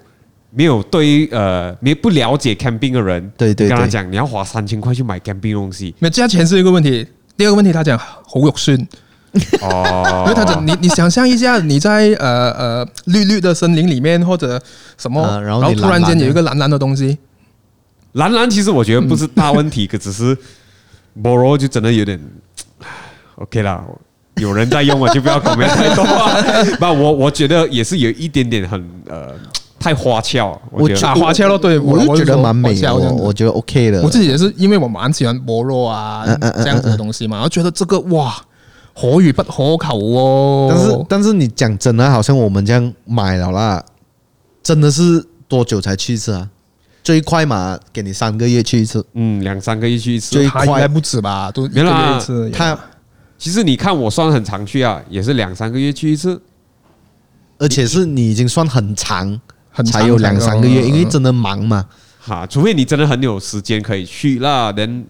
Speaker 2: 没有对呃没不了解 camping 的人，
Speaker 1: 对对
Speaker 2: 你跟他
Speaker 1: 对
Speaker 2: 讲你要花三千块去买 camping 东西，
Speaker 3: 没有价钱是一个问题，第二个问题他讲好肉酸，
Speaker 2: 哦
Speaker 3: 因为他讲你你想象一下你在呃呃绿绿的森林里面或者什么，
Speaker 1: 啊然后
Speaker 3: 后
Speaker 1: 你
Speaker 3: 突然
Speaker 1: 蓝蓝
Speaker 3: 间
Speaker 1: 的
Speaker 3: 有一个蓝蓝的东西，
Speaker 2: 蓝蓝其实我觉得不是大问题，可只是 Boro 就真的有点 OK 啦。有人在用啊，就不要 comment 太多啊。 不，我我觉得也是有一点点很呃太花俏，我觉
Speaker 1: 觉
Speaker 2: 得
Speaker 1: 得
Speaker 3: 啊花俏咯对
Speaker 1: 我
Speaker 3: 我我
Speaker 1: 就觉
Speaker 3: 是
Speaker 1: 得
Speaker 3: 说
Speaker 1: 蛮美
Speaker 3: 花
Speaker 1: 的，
Speaker 3: 俏这
Speaker 1: 我
Speaker 3: 样子
Speaker 1: 我觉得 OK 的。
Speaker 3: 我自己也是因为我蛮喜欢薄弱啊
Speaker 1: 嗯嗯嗯
Speaker 3: 这样子的东西嘛，然后觉得这个哇可遇不可求哦，
Speaker 1: 但是但是你讲真的，好像我们这样买了啦，真的是多久才去一次啊？最快嘛，给你三个月去一次。
Speaker 2: 嗯两三个月去一次
Speaker 1: 最。
Speaker 3: 他应
Speaker 1: 快
Speaker 3: 该不止吧，都一
Speaker 2: 没
Speaker 3: 个
Speaker 2: 有
Speaker 3: 月
Speaker 2: 啦
Speaker 3: 一次，
Speaker 1: 他
Speaker 2: 其实你看我算很常去啊，也是两三个月去一次。
Speaker 1: 而且是你已经算很长，
Speaker 3: 很
Speaker 1: 才有两三个月，因为
Speaker 3: 这
Speaker 1: 真的忙嘛。
Speaker 2: 哈，除非你真的很有时间可以去啦，人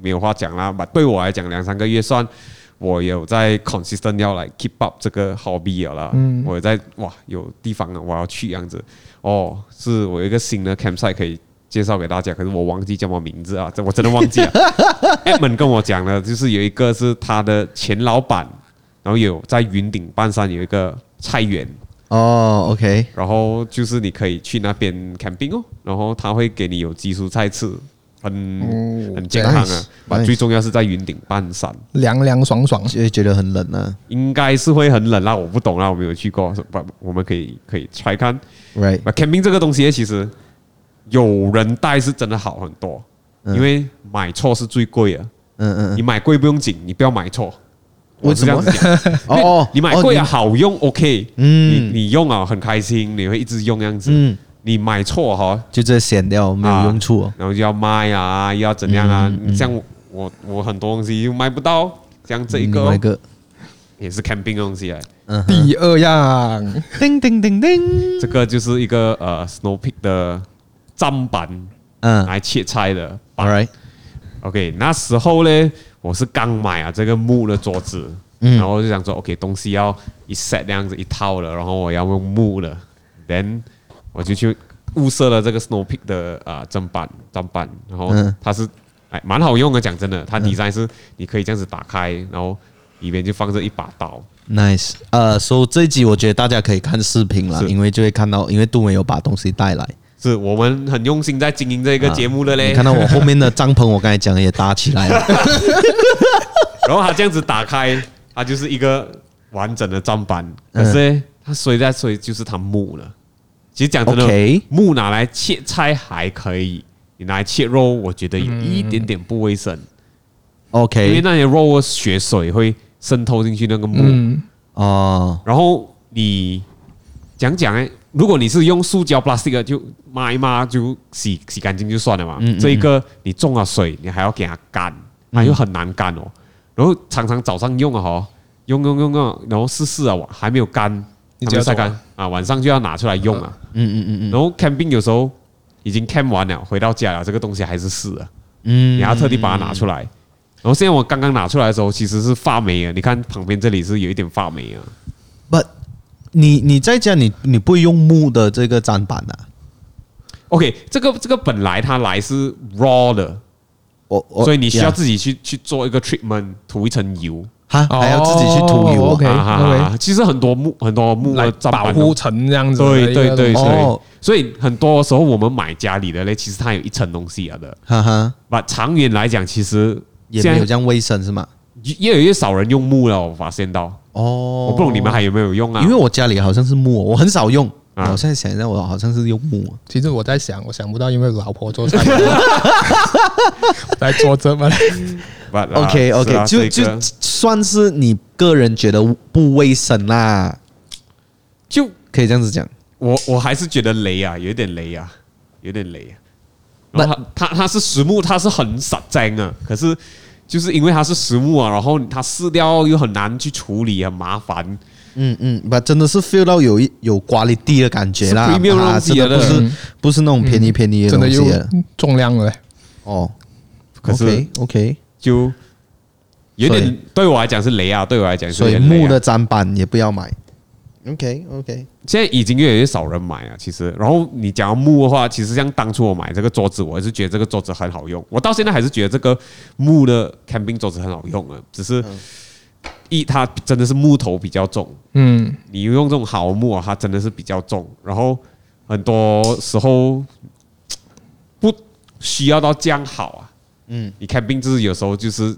Speaker 2: 没有话讲啦。把对我来讲，两三个月算我有在 consistent 要来 keep up 这个 hobby 了啦。嗯，我有在哇有地方啊了，我要去样子。哦，是我有一个新的 campsite 可以介绍给大家，可是我忘记叫什么名字啊，这我真的忘记了。Edmond 跟我讲了，就是有一个是他的前老板，然后有在云顶半山有一个菜园。
Speaker 1: 哦，OK，
Speaker 2: 然后就是你可以去那边 camping 哦，然后他会给你有基础菜吃，很、很健康啊
Speaker 1: 哦 nice，。
Speaker 2: 把
Speaker 1: nice
Speaker 2: 最重要是在云顶半山，
Speaker 3: 凉凉爽爽，
Speaker 1: 就会觉得很冷啊
Speaker 2: 应该是会很冷啦，我不懂啊啦，我没有去过，不，我们可以可以 try 看。
Speaker 1: ，right？
Speaker 2: 那 camping 这个东西其实有人带是真的好很多，因为买错是最贵的。
Speaker 1: 嗯嗯
Speaker 2: 你买贵不用紧，你不要买错。我是这样
Speaker 1: 为什
Speaker 2: 子
Speaker 1: 么
Speaker 2: 讲，
Speaker 1: 嗯，哦哦，
Speaker 2: 你买
Speaker 1: 哦
Speaker 2: 贵啊，，好用 OK，
Speaker 1: 嗯
Speaker 2: 嗯，你你用啊很开心，你会一直用样子。
Speaker 1: 嗯，
Speaker 2: 你买错哈、
Speaker 1: 就这显掉没有用处哦。
Speaker 2: 然后就要卖啊，又要怎样啊？
Speaker 1: 嗯
Speaker 2: 像我我我很多东西又卖不到，像这
Speaker 1: 嗯
Speaker 2: 一
Speaker 1: 另
Speaker 2: 个哦、
Speaker 1: 外一个，
Speaker 2: 也是 camping 的东西哎，
Speaker 1: 嗯哼，
Speaker 3: 第二样
Speaker 1: 叮叮叮叮，
Speaker 2: 这个就是一个呃 snow peak 的砧板
Speaker 1: 嗯
Speaker 2: 来切菜的。
Speaker 1: ，all right，
Speaker 2: OK，那时候呢，我是刚买啊这个木的桌子，
Speaker 1: 嗯
Speaker 2: 然后就想说 OK 东西要一 set 这样子一套了，然后我要用木了，then 我就去物色了这个 Snow Peak 的啊砧板砧板，然后
Speaker 1: 嗯
Speaker 2: 它是哎蛮好用的，讲真的，它 design 是你可以这样子打开，然后里面就放着一把刀，
Speaker 1: Nice，呃，所、以这一集我觉得大家可以看视频啦，
Speaker 2: 是
Speaker 1: 因为就会看到，因为杜梅有把东西带来。
Speaker 2: 是我们很用心在经营这个节目的
Speaker 1: 嗯
Speaker 2: 嘞。
Speaker 1: 你看到我后面的帐篷，我刚才讲的也搭起来 了。
Speaker 2: 然后它这样子打开，它就是一个完整的砧板，可是它衰在衰就是它木了。其实讲真的
Speaker 1: OK
Speaker 2: 木拿来切菜还可以，你拿来切肉，我觉得有一点点不卫生，因为
Speaker 1: OK，
Speaker 2: 那些肉血水会渗透进去那个木。
Speaker 1: 哦，
Speaker 2: 然后你讲讲哎，如果你是用塑胶 plastic 的就抹一抹就洗洗干净就算了嘛。
Speaker 3: 嗯
Speaker 2: 这一个你中了水，你还要给它干，它又很难干哦。然后常常早上用啊哈，用用用用，然后试试啊，哇还没有干，
Speaker 3: 你
Speaker 2: 还没
Speaker 3: 就要
Speaker 2: 有晒
Speaker 3: 走啊
Speaker 2: 干啊，晚上就要拿出来用啊。
Speaker 1: 嗯嗯嗯
Speaker 2: 然后 camping 有时候已经 camp 完了，回到家了，这个东西还是湿的，
Speaker 1: 嗯
Speaker 2: 你还要特地把它拿
Speaker 3: 嗯
Speaker 2: 出来。然后现在我刚刚拿出来的时候，其实是发霉的，你看旁边这里是有一点发霉啊。
Speaker 1: ，But 你你在家你你不会用木的这个砧板的、啊，
Speaker 2: OK，这个这个本来它来是 raw 的，
Speaker 1: 我我
Speaker 2: 所以你需要
Speaker 1: 呀
Speaker 2: 自己去去做一个 treatment，涂一层油。
Speaker 1: 哈
Speaker 2: 哦
Speaker 1: 还要自己去涂油、
Speaker 3: 哦
Speaker 1: 啊。
Speaker 3: ，OK
Speaker 2: 啊哈哈其实很多木很多木
Speaker 3: 来
Speaker 2: 的砧
Speaker 3: 保
Speaker 2: 板
Speaker 3: 护
Speaker 2: 哦，
Speaker 3: 层这样子的一
Speaker 2: 对对
Speaker 3: 个，
Speaker 2: 对
Speaker 1: 东西
Speaker 2: 对
Speaker 1: 哦，
Speaker 2: 所以很多时候我们买家里的嘞，其实它有一层东西啊的。
Speaker 1: 哈哈，
Speaker 2: 把长远来讲，其实
Speaker 1: 也
Speaker 2: 现
Speaker 1: 没有
Speaker 2: 在
Speaker 1: 这样卫生是吗？
Speaker 2: 越来越少人用木了，我发现到，
Speaker 1: 哦，
Speaker 2: 我不懂你们还有没有用啊？
Speaker 1: 因为我家里好像是木，我很少用。
Speaker 2: 啊
Speaker 1: 我现在想一下，我好像是用木。
Speaker 3: 其实我在想，我想不到，因为老 婆做菜来做这么，
Speaker 2: But 啊
Speaker 1: OK
Speaker 2: 是
Speaker 1: OK，
Speaker 2: 啊
Speaker 1: 就
Speaker 2: 这
Speaker 1: 就
Speaker 2: 个
Speaker 1: 算是你个人觉得不卫生啦，
Speaker 2: 就
Speaker 1: 可以这样子讲。
Speaker 2: 我我还是觉得雷啊，有点雷啊，有点雷、啊。然后它它它是实木，它是很散在啊，可是就是因为它是实木啊，然后它撕掉又很难去处理，很麻烦。
Speaker 1: 嗯嗯，把真的是 feel 到有一有 quality 的感觉啦，
Speaker 2: 是 premium
Speaker 1: 啊
Speaker 2: 东西
Speaker 1: 真的不
Speaker 2: 来的
Speaker 1: 是不是那种便宜便宜的
Speaker 3: 嗯真
Speaker 1: 东
Speaker 3: 的
Speaker 1: 西
Speaker 3: 有
Speaker 1: 了
Speaker 3: 重量了。
Speaker 1: 哦。
Speaker 2: 可是
Speaker 1: OK OK，
Speaker 2: 就有
Speaker 1: 所
Speaker 2: 点对我来讲是雷啊，对我来讲是
Speaker 1: 所
Speaker 2: 有
Speaker 1: 以
Speaker 2: 点雷啊
Speaker 1: 木的砧板也不要买。 OK OK，
Speaker 2: 现在已经越来越少人买啊，其实。然后你讲到木的话，其实像当初我买这个桌子，我还是觉得这个桌子很好用，我到现在还是觉得这个木的 camping 桌子很好用啊，只是
Speaker 1: 嗯
Speaker 2: 一它真的是木头比较重，
Speaker 3: 嗯，
Speaker 2: 你用这种好木啊，它真的是比较重，然后很多时候不需要到这样好啊。嗯，你 camping 就是有时候就是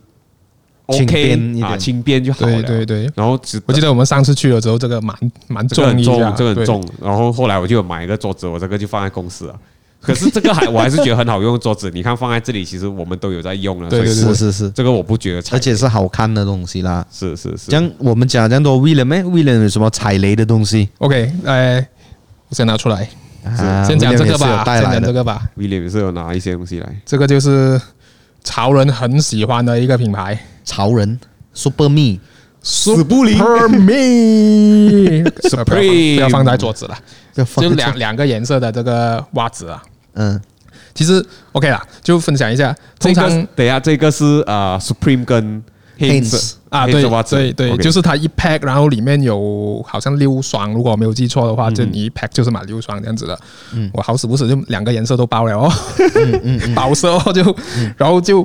Speaker 1: 轻
Speaker 2: OK
Speaker 1: 便一
Speaker 2: 啊，
Speaker 1: 点
Speaker 2: 轻便就好了。
Speaker 3: 对对对。
Speaker 2: 然后只
Speaker 3: 我记得我们上次去了之后，这个蛮蛮
Speaker 2: 这个
Speaker 3: 重
Speaker 2: 很
Speaker 3: 一下，
Speaker 2: 重，这个很
Speaker 3: 对。
Speaker 2: 重。然后后来我就有买一个桌子，我这个就放在公司啊。可是这个还我还是觉得很好用的桌子，你看放在这里，其实我们都有在用了。
Speaker 3: 对
Speaker 2: 所以
Speaker 3: 对
Speaker 1: 是
Speaker 3: 对
Speaker 1: 是是，
Speaker 2: 这个我不觉得差
Speaker 1: 而，且是好看的东西啦。
Speaker 2: 是是是，
Speaker 1: 像我们讲这样多 William 咩？William 有什么踩雷的东西？
Speaker 3: OK，哎，我先拿出来，
Speaker 1: 啊
Speaker 3: 先讲
Speaker 1: William
Speaker 3: 这
Speaker 1: 也
Speaker 3: 个
Speaker 1: 是有
Speaker 3: 吧，
Speaker 1: 带
Speaker 3: 先
Speaker 1: 来
Speaker 3: 讲这
Speaker 1: 的
Speaker 3: 个吧。
Speaker 2: 威廉也是有拿一些东西来，
Speaker 3: 这个就是潮人很喜欢的一个品牌
Speaker 1: 潮人 Super Me，
Speaker 3: 死
Speaker 2: 不灵
Speaker 3: ，Perme，呃不要放不
Speaker 2: Supreme
Speaker 3: 要放在桌子了，
Speaker 1: 就
Speaker 3: 就两两个颜色的这个袜子啊。
Speaker 1: 嗯
Speaker 3: 其实 OK 啦，就分享一下，
Speaker 2: 这
Speaker 3: 通常
Speaker 2: 个等一下这个是啊 Supreme 跟
Speaker 1: Hanes
Speaker 2: Hanes
Speaker 3: 啊，对
Speaker 2: 袜子
Speaker 3: 对对
Speaker 2: OK 哦
Speaker 3: 就是它一 pack，然后里面有好像六双，如果我没有记错的话，
Speaker 2: 嗯
Speaker 3: 就你一 pack 就是买六双这样子的。我好死不死就两个颜色都包了哦，
Speaker 2: 嗯
Speaker 3: 包色哦就，然后就，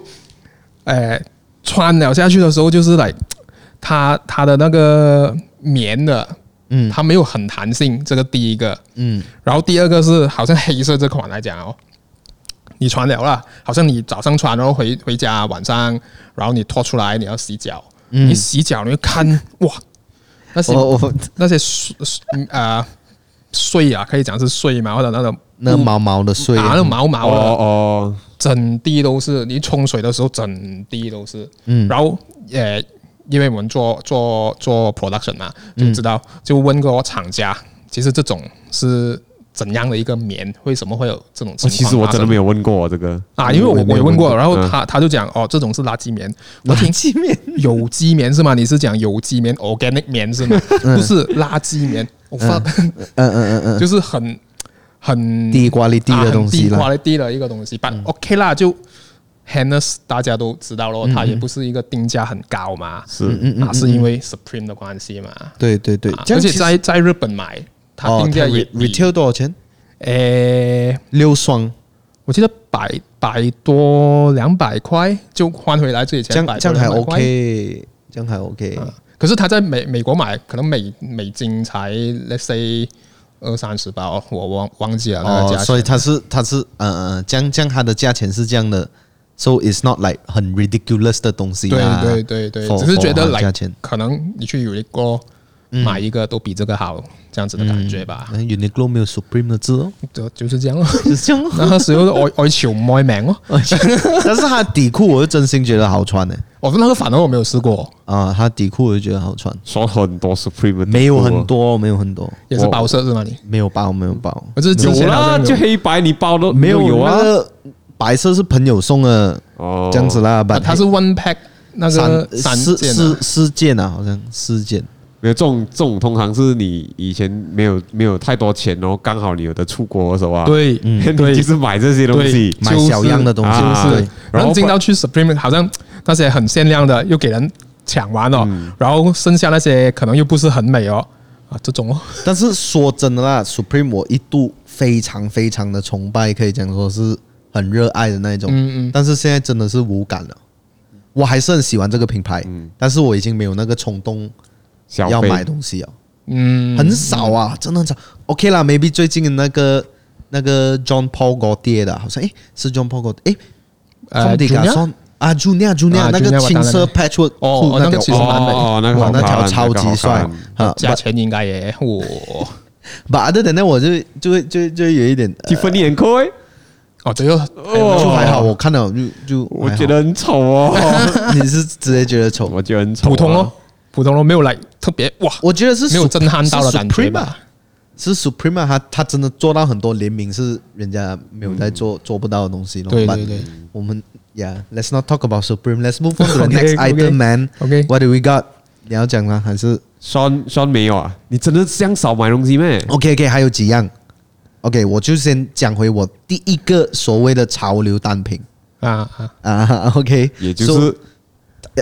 Speaker 3: 呃，穿了下去的时候就是来，它它的那个棉的，
Speaker 1: 嗯
Speaker 3: 它没有很弹性，这个第一个。
Speaker 1: 嗯
Speaker 3: 然后第二个是好像黑色这款来讲哦，你穿了啦，好像你早上穿，然后回回家晚上，然后你脱出来你要洗脚，
Speaker 2: 嗯
Speaker 3: 你洗脚你会看哇，那些
Speaker 1: 嗯
Speaker 2: 哦
Speaker 1: 我我
Speaker 3: 那些碎嗯啊碎啊，可以讲是碎嘛，或者那种
Speaker 1: 那毛毛的碎，
Speaker 3: 啊那种毛
Speaker 2: 哦
Speaker 3: 毛的，
Speaker 2: 哦，
Speaker 3: 整地都是，你冲水的时候整地都是。
Speaker 1: 嗯
Speaker 3: 然后呃，因为我们做做做 production 嘛，
Speaker 2: 嗯
Speaker 3: 就知道、就问过厂家，其实这种是怎样的一个棉，为什么会有这种
Speaker 2: 哦
Speaker 3: 情况发生？
Speaker 2: 其实我真的没有问过这个
Speaker 3: 啊，因为我我
Speaker 2: 也
Speaker 3: 也问过，然
Speaker 2: 嗯
Speaker 3: 后他他就讲哦，这种是垃圾棉， 我听
Speaker 1: 鸡面，
Speaker 3: 有机棉是吗？你是讲有机棉 organic 棉是吗？不是垃圾棉，我发
Speaker 1: 嗯嗯嗯
Speaker 3: 就是很很
Speaker 1: 嗯，低瓜里低的东西
Speaker 3: 啊很低
Speaker 1: 啦，
Speaker 3: quality 的一个东西。但 OK 啦，就 Hannes 大家都知道咯，它也不是一个定价很高嘛，
Speaker 2: 是
Speaker 3: 啊，嗯是因为 Supreme 的关系嘛。
Speaker 1: 对对对
Speaker 3: 啊，
Speaker 1: 这样
Speaker 3: 而且
Speaker 1: 其实
Speaker 3: 在在日本买，它
Speaker 1: 哦
Speaker 3: 定
Speaker 1: 它
Speaker 3: 价也
Speaker 1: re- retail 多少钱？
Speaker 3: 诶，
Speaker 1: 六双，
Speaker 3: 我记得百百多两百块就换回来这里
Speaker 1: 这
Speaker 3: 钱，百
Speaker 1: 样
Speaker 3: 多
Speaker 1: 这样还
Speaker 3: 200块
Speaker 1: OK，这样还 OK，
Speaker 3: 啊可是他在美美国买，可能美美金才 let's say 二三十吧，我忘忘记了那个
Speaker 1: 哦
Speaker 3: 价，
Speaker 1: 所以
Speaker 3: 钱。
Speaker 1: 它是它是呃呃，这样这样它的价钱是这样的，so it's not like 很 ridiculous 的东西
Speaker 3: 对
Speaker 1: 啦，
Speaker 3: 对对对
Speaker 1: for-
Speaker 3: 只是觉
Speaker 1: for 它
Speaker 3: 得
Speaker 1: 的
Speaker 3: 来
Speaker 1: 价钱。
Speaker 3: 可能你去有一个买一个都比这个好，这样子的感觉吧，
Speaker 1: 嗯 Uniqlo 没有 Supreme 的字哦，
Speaker 3: 就就是这样咯。
Speaker 1: 就是这样 哦。
Speaker 3: 那时候爱爱潮唔爱名咯，
Speaker 1: 但是它的底裤我是真心觉得好穿的、
Speaker 3: 我说那个反而我没有试过，
Speaker 1: 啊，它底裤我就觉得好穿，
Speaker 2: 说很多 Supreme 的
Speaker 1: 没有
Speaker 2: 地步啊
Speaker 1: 很多，没有很多，
Speaker 3: 也是
Speaker 2: 我
Speaker 3: 包色是吗？你
Speaker 1: 没有包，没有包，
Speaker 3: 我就是之
Speaker 2: 有
Speaker 3: 前好
Speaker 2: 啦，
Speaker 3: 像
Speaker 2: 就黑白你包都
Speaker 1: 没有
Speaker 2: 有
Speaker 1: 那
Speaker 2: 啊，
Speaker 1: 个白色是朋友送的，
Speaker 2: 哦
Speaker 1: 这样子啦，
Speaker 3: 啊
Speaker 1: 把
Speaker 3: 它是 one pack 那个
Speaker 1: 三
Speaker 3: 三
Speaker 1: 四
Speaker 3: 件
Speaker 1: 四
Speaker 3: 啊
Speaker 1: 四件啊，好像四件，
Speaker 2: 没有这种这种通常是你以前没有没有太多钱，然后刚好你有的出国的时候啊，，
Speaker 3: 对
Speaker 1: 嗯
Speaker 3: 嗯
Speaker 2: 你
Speaker 3: 对
Speaker 2: 就是买这些东
Speaker 3: 对
Speaker 2: 西，
Speaker 1: 买小样的东西，
Speaker 2: 就是
Speaker 1: 对
Speaker 2: 啊
Speaker 3: 然
Speaker 2: 然后
Speaker 3: 后进到去 Supreme 好像那些很限量的又给人抢完了，
Speaker 1: 嗯
Speaker 3: 然后剩下那些可能又不是很美哦啊这种哦，
Speaker 1: 但是说真的啦，Supreme 我一度非常非常的崇拜，可以讲说是很热爱的那一种。
Speaker 3: 嗯嗯
Speaker 1: 但是现在真的是无感了，我还是很喜欢这个品牌，但是我已经没有那个冲动
Speaker 2: 小
Speaker 1: 要
Speaker 2: 费
Speaker 1: 买东西了，
Speaker 3: 嗯，
Speaker 1: 很少啊，真的很少。OK 啦，maybe 最近的那个那个 John Paul Gaultier 的，好像诶是 John Paul Gaultier，诶 c o
Speaker 3: 呃
Speaker 1: m d i
Speaker 3: Junior？
Speaker 1: Garçon 啊 Junior Junior
Speaker 3: 啊
Speaker 1: 那个
Speaker 3: Junior，我
Speaker 1: 青色
Speaker 3: 当然
Speaker 1: patchwork
Speaker 3: 哦
Speaker 1: 裤
Speaker 3: 哦
Speaker 1: 那
Speaker 3: 那个
Speaker 1: 条
Speaker 3: 其实蛮美
Speaker 2: 哦哦那个
Speaker 1: 哇
Speaker 2: 好
Speaker 1: 那条
Speaker 2: 看
Speaker 1: 超
Speaker 2: 那个
Speaker 1: 级
Speaker 2: 好
Speaker 1: 帅
Speaker 2: 看
Speaker 1: 啊
Speaker 3: 价钱应该也我
Speaker 1: But other than that，我就就会就就会有一点呃
Speaker 2: Tiffany and Co，
Speaker 3: 哦这个
Speaker 1: 就
Speaker 2: 哦
Speaker 1: 还好，我看到就就
Speaker 2: 我
Speaker 1: 还好
Speaker 2: 觉得很丑哦，
Speaker 1: 你是直接觉得丑？
Speaker 2: 我觉得很丑啊，
Speaker 3: 普通咯，普通咯，没有来特别哇，
Speaker 1: 我觉得是
Speaker 3: 没有
Speaker 1: Sup-
Speaker 3: 震撼到的感觉吧。
Speaker 1: 是 Supreme，啊是 Supreme，啊它它真的做到很多联名是人家没有在做、做不到的东西咯。
Speaker 3: 嗯对
Speaker 1: But
Speaker 3: 对对
Speaker 1: 我们 Yeah，let's not talk about Supreme. Let's move on to the next
Speaker 3: OK，OK
Speaker 1: item, man.
Speaker 3: OK
Speaker 1: What do we got? 你要讲吗？还是
Speaker 2: Sean Sean 没有啊？你真的这样少买东西咩？
Speaker 1: OK OK 还有几样？OK，我就先讲回我第一个所谓的潮流单品
Speaker 3: 啊啊，
Speaker 1: 啊。OK，
Speaker 2: 也就
Speaker 1: So，
Speaker 2: 是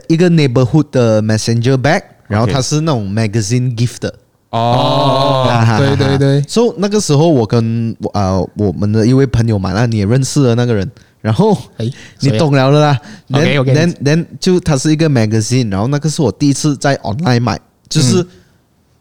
Speaker 1: 一个 neighborhood 的 messenger bag，然后
Speaker 2: OK
Speaker 1: 它是那种 magazine gift 的
Speaker 2: 哦，
Speaker 1: 哈哈哈哈
Speaker 3: 啊对对对
Speaker 1: 所以那个时候我跟我啊、我们的一位朋友嘛，那你也认识的那个人，然后
Speaker 3: 哎，
Speaker 1: 你
Speaker 3: 谁啊
Speaker 1: 懂了的啦。
Speaker 3: OK，OK
Speaker 1: 然然就它是一个 magazine，然后那个是我第一次在 online 买，
Speaker 3: 嗯
Speaker 1: 就是、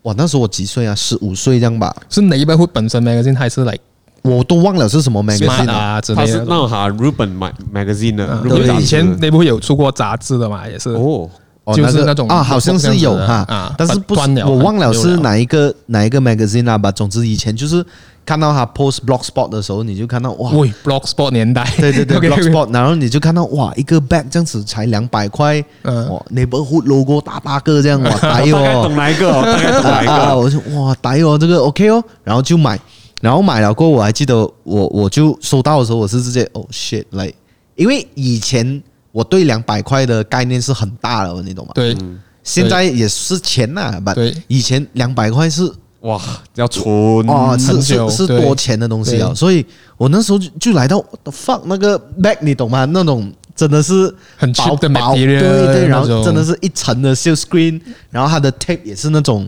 Speaker 1: 哇，那时候我几岁啊？十五岁这样吧，
Speaker 3: 是 neighborhood 本身 magazine 还是 like
Speaker 1: 我都忘了是什么 magazine
Speaker 3: smart
Speaker 1: 了。
Speaker 3: 啊之
Speaker 2: 他
Speaker 3: 类
Speaker 2: 是
Speaker 3: 的？
Speaker 2: 那种哈日本 mag magazine 的，日
Speaker 3: 因
Speaker 2: 本杂
Speaker 3: 为
Speaker 2: 志
Speaker 3: 以前 neighborhood 有出过杂志的嘛，也是
Speaker 2: 哦，
Speaker 1: 哦，
Speaker 3: 就是
Speaker 1: 个
Speaker 3: 那种
Speaker 1: 啊，好像是有
Speaker 3: 这样子的
Speaker 1: 哈，
Speaker 3: 啊
Speaker 1: 但是不是
Speaker 3: 断了
Speaker 1: 我忘了是
Speaker 3: 丢了
Speaker 1: 哪一个哪一个 magazine 啦、吧。总之以前就是看到他 post blogspot 的时候，你就看到哇，
Speaker 3: 喂 blogspot 年代，
Speaker 1: 对 对对
Speaker 3: OK，OK
Speaker 1: blogspot，然后你就看到哇，一个 bag 这样子才两百块，
Speaker 3: 嗯
Speaker 1: 哇，neighborhood logo 大八个这样，哇， 呆
Speaker 2: 大
Speaker 3: 哎
Speaker 2: 概
Speaker 1: 哦
Speaker 2: 懂，哪一 个哦，大概
Speaker 1: 啊
Speaker 2: 懂哪一
Speaker 1: 啊啊！
Speaker 2: 个。
Speaker 1: 我说哇，呆哦，这个 OK 哦，然后就买，然后买了过后，我还记得我我就收到的时候，我是直接哦 shit 来、因为以前我对两百块的概念是很大的，你懂吗？
Speaker 3: 对
Speaker 1: 现在也是钱呐、把
Speaker 3: 对
Speaker 1: 以前两百块是
Speaker 2: 哇，要存
Speaker 1: 哦，是
Speaker 3: 嗯很
Speaker 1: 是
Speaker 3: 久
Speaker 1: 是
Speaker 3: 对
Speaker 1: 多钱的东西啊，
Speaker 3: 对
Speaker 1: 所以我那时候就就来到放那个 bag，你懂吗？那种真的是
Speaker 3: 很
Speaker 1: 薄
Speaker 3: cheap 的
Speaker 1: 薄
Speaker 3: material，
Speaker 1: 对对，
Speaker 3: 那
Speaker 1: 然后
Speaker 3: 种
Speaker 1: 真的是一层的 seal screen，然后它的 tape 也是那种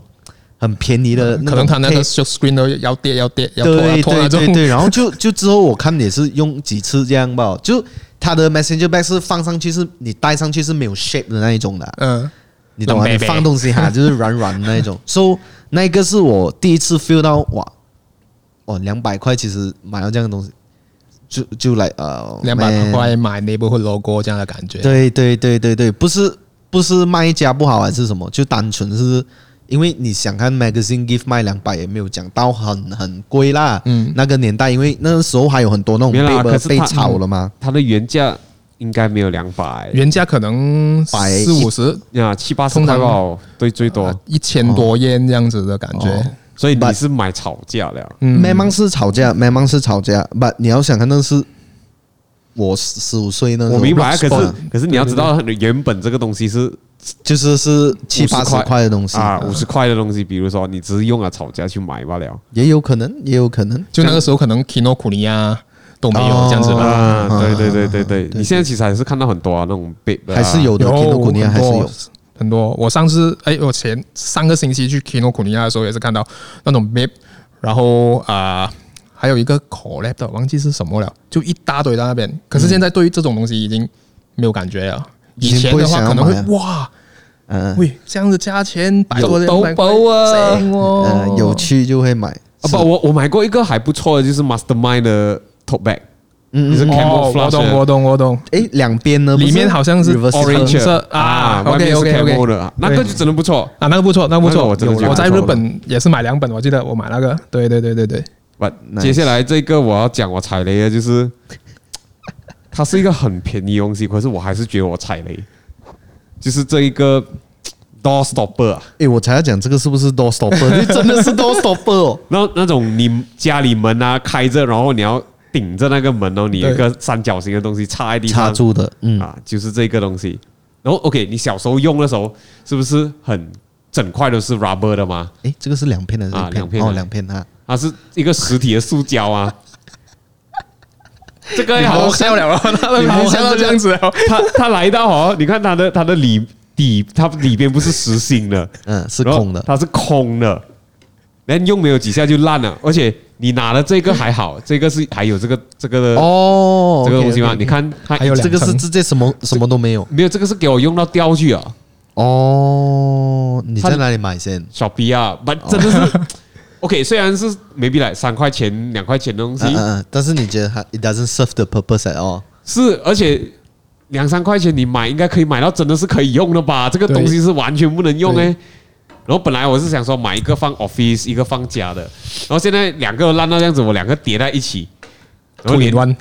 Speaker 1: 很便宜的，
Speaker 3: 嗯可能他那个
Speaker 1: tape
Speaker 3: s screen 都要跌要跌要拖啊
Speaker 1: 对
Speaker 3: 拖
Speaker 1: 对
Speaker 3: 那
Speaker 1: 对
Speaker 3: 种，
Speaker 1: 对，然后就就之后我看也是用几次这样吧，就它的 messenger bag 是放上去是你戴上去是没有 shape 的那一种的啊，
Speaker 3: 嗯，
Speaker 1: 你懂吗？
Speaker 3: 那
Speaker 1: 你
Speaker 3: 种 baby
Speaker 1: 放东西哈，就是软软的那一 种。so 那一个是我第一次 feel 到哇，哦，两百块其实买到这样的东西，就就来呃
Speaker 3: 两百。
Speaker 1: man
Speaker 3: 块买 neighborhood logo 这样的感觉，
Speaker 1: 对对对对对，不是不是卖家不好还是什么，就单纯是因为你想看 magazine gift 卖两百也没有讲到很很贵啦。嗯，那个年代，因为那时候还有很多那种
Speaker 2: 没有啦可
Speaker 1: 被
Speaker 2: 是
Speaker 1: 被
Speaker 2: 它
Speaker 1: 炒了嘛。
Speaker 2: 它的原价应该没有两百，
Speaker 3: 原价可能
Speaker 1: 百
Speaker 3: 四五十
Speaker 2: 呀七八十
Speaker 3: 通
Speaker 2: 块
Speaker 3: 常啊
Speaker 2: 吧，哦对，最多。
Speaker 3: 一千多烟这样子的感
Speaker 1: 哦
Speaker 3: 觉，嗯
Speaker 2: 所以你
Speaker 1: But-
Speaker 2: 是买炒价了，
Speaker 1: m a m a n 是吵架 m a m a n 是吵架，不，你要想看那是我十五岁
Speaker 3: 嗯
Speaker 1: 那时候
Speaker 2: 我明白啊。可
Speaker 1: Blogspot
Speaker 2: 是可是你要知道，原本这个东西是
Speaker 1: 就是是七八十
Speaker 2: 50
Speaker 1: 块的东西嗯
Speaker 2: 啊五十块的东西，比如说你只是用了炒价去买罢了。
Speaker 1: 也有可能，也有可能。
Speaker 3: 就那个时候可能 Kino 库尼亚都没有
Speaker 1: 哦嗯
Speaker 3: 这样子吧，
Speaker 2: 啊，对对对对
Speaker 1: 对
Speaker 2: 对，你现在其实还是看到很多啊那种 big 的啊
Speaker 1: 还是有的，Kino 古尼亚还是有。
Speaker 3: 很多。我上次哎，我前上个星期去 Kino 库尼亚的时候也是看到那种 map，然后啊、还有一个 collab 的，忘记是什么了，就一大堆在那边。可是现在对于这种东西已经没有感觉了。
Speaker 1: 已
Speaker 3: 以
Speaker 1: 经
Speaker 3: 前
Speaker 1: 不会
Speaker 3: 的话
Speaker 1: 想要
Speaker 3: 可能
Speaker 1: 买了
Speaker 3: 会哇，
Speaker 1: 嗯
Speaker 3: 喂，这样子价钱百
Speaker 2: 有
Speaker 3: 多两百块
Speaker 2: 兜包啊
Speaker 3: 正哦
Speaker 1: 呃，有去就会买。嗯
Speaker 2: 啊不，我我买过一个还不错的，就是 Mastermind 的 tote bag，
Speaker 1: 嗯
Speaker 2: 你是
Speaker 1: 嗯，
Speaker 3: 哦，
Speaker 2: camel
Speaker 3: 我
Speaker 2: flash
Speaker 3: 懂我懂我懂，
Speaker 1: 哎，两边呢？
Speaker 3: 里面好像是
Speaker 1: reverse
Speaker 3: orange
Speaker 1: 色
Speaker 3: 红色啊
Speaker 2: 外面是
Speaker 3: OK，OK，OK
Speaker 2: camel 的啊，那个就真的不错。
Speaker 3: 啊，那个不错，那个不
Speaker 2: 那
Speaker 3: 错，
Speaker 2: 个我真的觉得
Speaker 3: 我在
Speaker 2: 不
Speaker 3: 日
Speaker 2: 错的
Speaker 3: 本也是买两本，我记得我买那个，对对对对对，
Speaker 2: 不
Speaker 1: Nice，
Speaker 2: 接下来这个我要讲我踩雷的就是， 它是一个很便宜的东西，可是我还是觉得我踩雷，就是这一个 door stopper，啊
Speaker 1: 哎，我才要讲这个是不是 door stopper？这真的是 door stopper 哦。
Speaker 2: 那那种你家里门啊开着，然后你要顶着那个门哦，你有一个三角形的东西插在地
Speaker 1: 插
Speaker 2: 上，
Speaker 1: 住的，嗯，
Speaker 2: 啊，就是这个东西。然后 OK，你小时候用的时候是不是很整块都是 rubber 的嘛？
Speaker 1: 哎，这个是两片的，
Speaker 2: 啊两片
Speaker 1: 哦，
Speaker 2: 的
Speaker 1: 两片啊，
Speaker 2: 它是一个实体的塑 胶啊。这个
Speaker 3: 你
Speaker 2: 好
Speaker 3: 好
Speaker 2: 像
Speaker 3: 笑了，
Speaker 2: 你好
Speaker 3: 好
Speaker 2: 像
Speaker 3: 笑到这样子了，
Speaker 2: 它它来到哦，你看它的它的里底，它里边不是实心的，
Speaker 1: 嗯，是
Speaker 2: 然后
Speaker 1: 空的，
Speaker 2: 它是空的，连用没有几下就烂了。而且你拿了这个还好，这个是还有这个这个的
Speaker 1: 哦，
Speaker 2: 这个东西嘛？
Speaker 1: 吗？
Speaker 2: 你看它
Speaker 3: 还有两
Speaker 1: 这个是
Speaker 3: 层
Speaker 1: 直接什么什么都没有
Speaker 2: 没有？这个是给我用到掉去啊。
Speaker 1: 哦。你
Speaker 2: 它
Speaker 1: 在哪里买先？
Speaker 2: 小 B 啊，不真的是 OK，虽然是 maybe 来三块钱、两块钱的东西
Speaker 1: 嗯，嗯嗯，但是你觉得它 it doesn't serve the purpose at all？
Speaker 2: 是而且两三块钱你买应该可以买到真的是可以用的吧？这个
Speaker 3: 对
Speaker 2: 东西是完全不能用哎、
Speaker 3: 对
Speaker 2: 然后本来我是想说买一个放 office，一个放家的，然后现在两个烂到这样子，我两个叠在一起，然后连
Speaker 3: 弯，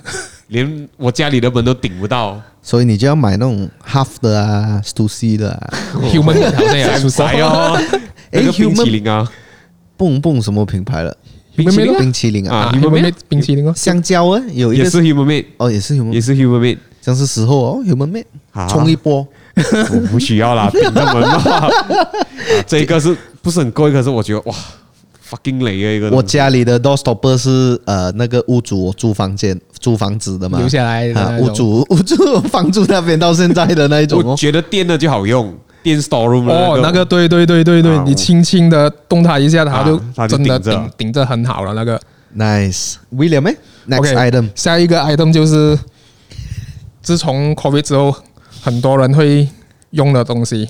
Speaker 2: 连我家里的门都顶不到，
Speaker 1: 所以你就要买那种 half 的啊，stussy 的啊，
Speaker 3: human 好像也出 手
Speaker 2: 来哦，那个
Speaker 1: 诶
Speaker 2: 冰淇淋啊，
Speaker 1: 蹦蹦什么品牌了？
Speaker 2: 冰淇淋啊
Speaker 1: 冰淇淋啊，
Speaker 2: 啊
Speaker 3: 啊
Speaker 2: human
Speaker 3: ，human
Speaker 2: made
Speaker 3: made 冰淇淋哦，
Speaker 1: 香蕉啊，有一
Speaker 2: 也
Speaker 1: 个
Speaker 2: 是 human made，
Speaker 1: 哦，也是 human，
Speaker 2: 也是 human made。
Speaker 1: 像是时候哦，human made，
Speaker 2: 啊
Speaker 1: 冲一波，
Speaker 2: 我不需要啦，顶着门吧。啊这个是不是很贵？可是我觉得哇，fucking 雷的一个东西。
Speaker 1: 我家里的 door stopper 是呃那个屋主我租房间租房子的嘛，
Speaker 3: 留下来的
Speaker 1: 啊
Speaker 3: 那，
Speaker 1: 屋
Speaker 3: 种
Speaker 1: 主屋主房租那边到现在的那一种
Speaker 2: 我
Speaker 1: 哦，
Speaker 2: 觉得电的就好用，电 storeroom 的
Speaker 3: 哦，那个对对对对对
Speaker 2: 啊，
Speaker 3: 你
Speaker 2: 我
Speaker 3: 轻轻的动它一下，它
Speaker 2: 啊
Speaker 3: 就
Speaker 2: 它就
Speaker 3: 真的
Speaker 2: 顶着
Speaker 3: 顶顶着很好了。那个
Speaker 1: Nice. William, eh? Next
Speaker 3: OK，
Speaker 1: item.
Speaker 3: 下一个 item 就是，自从 COVID 之后，很多人会用的东西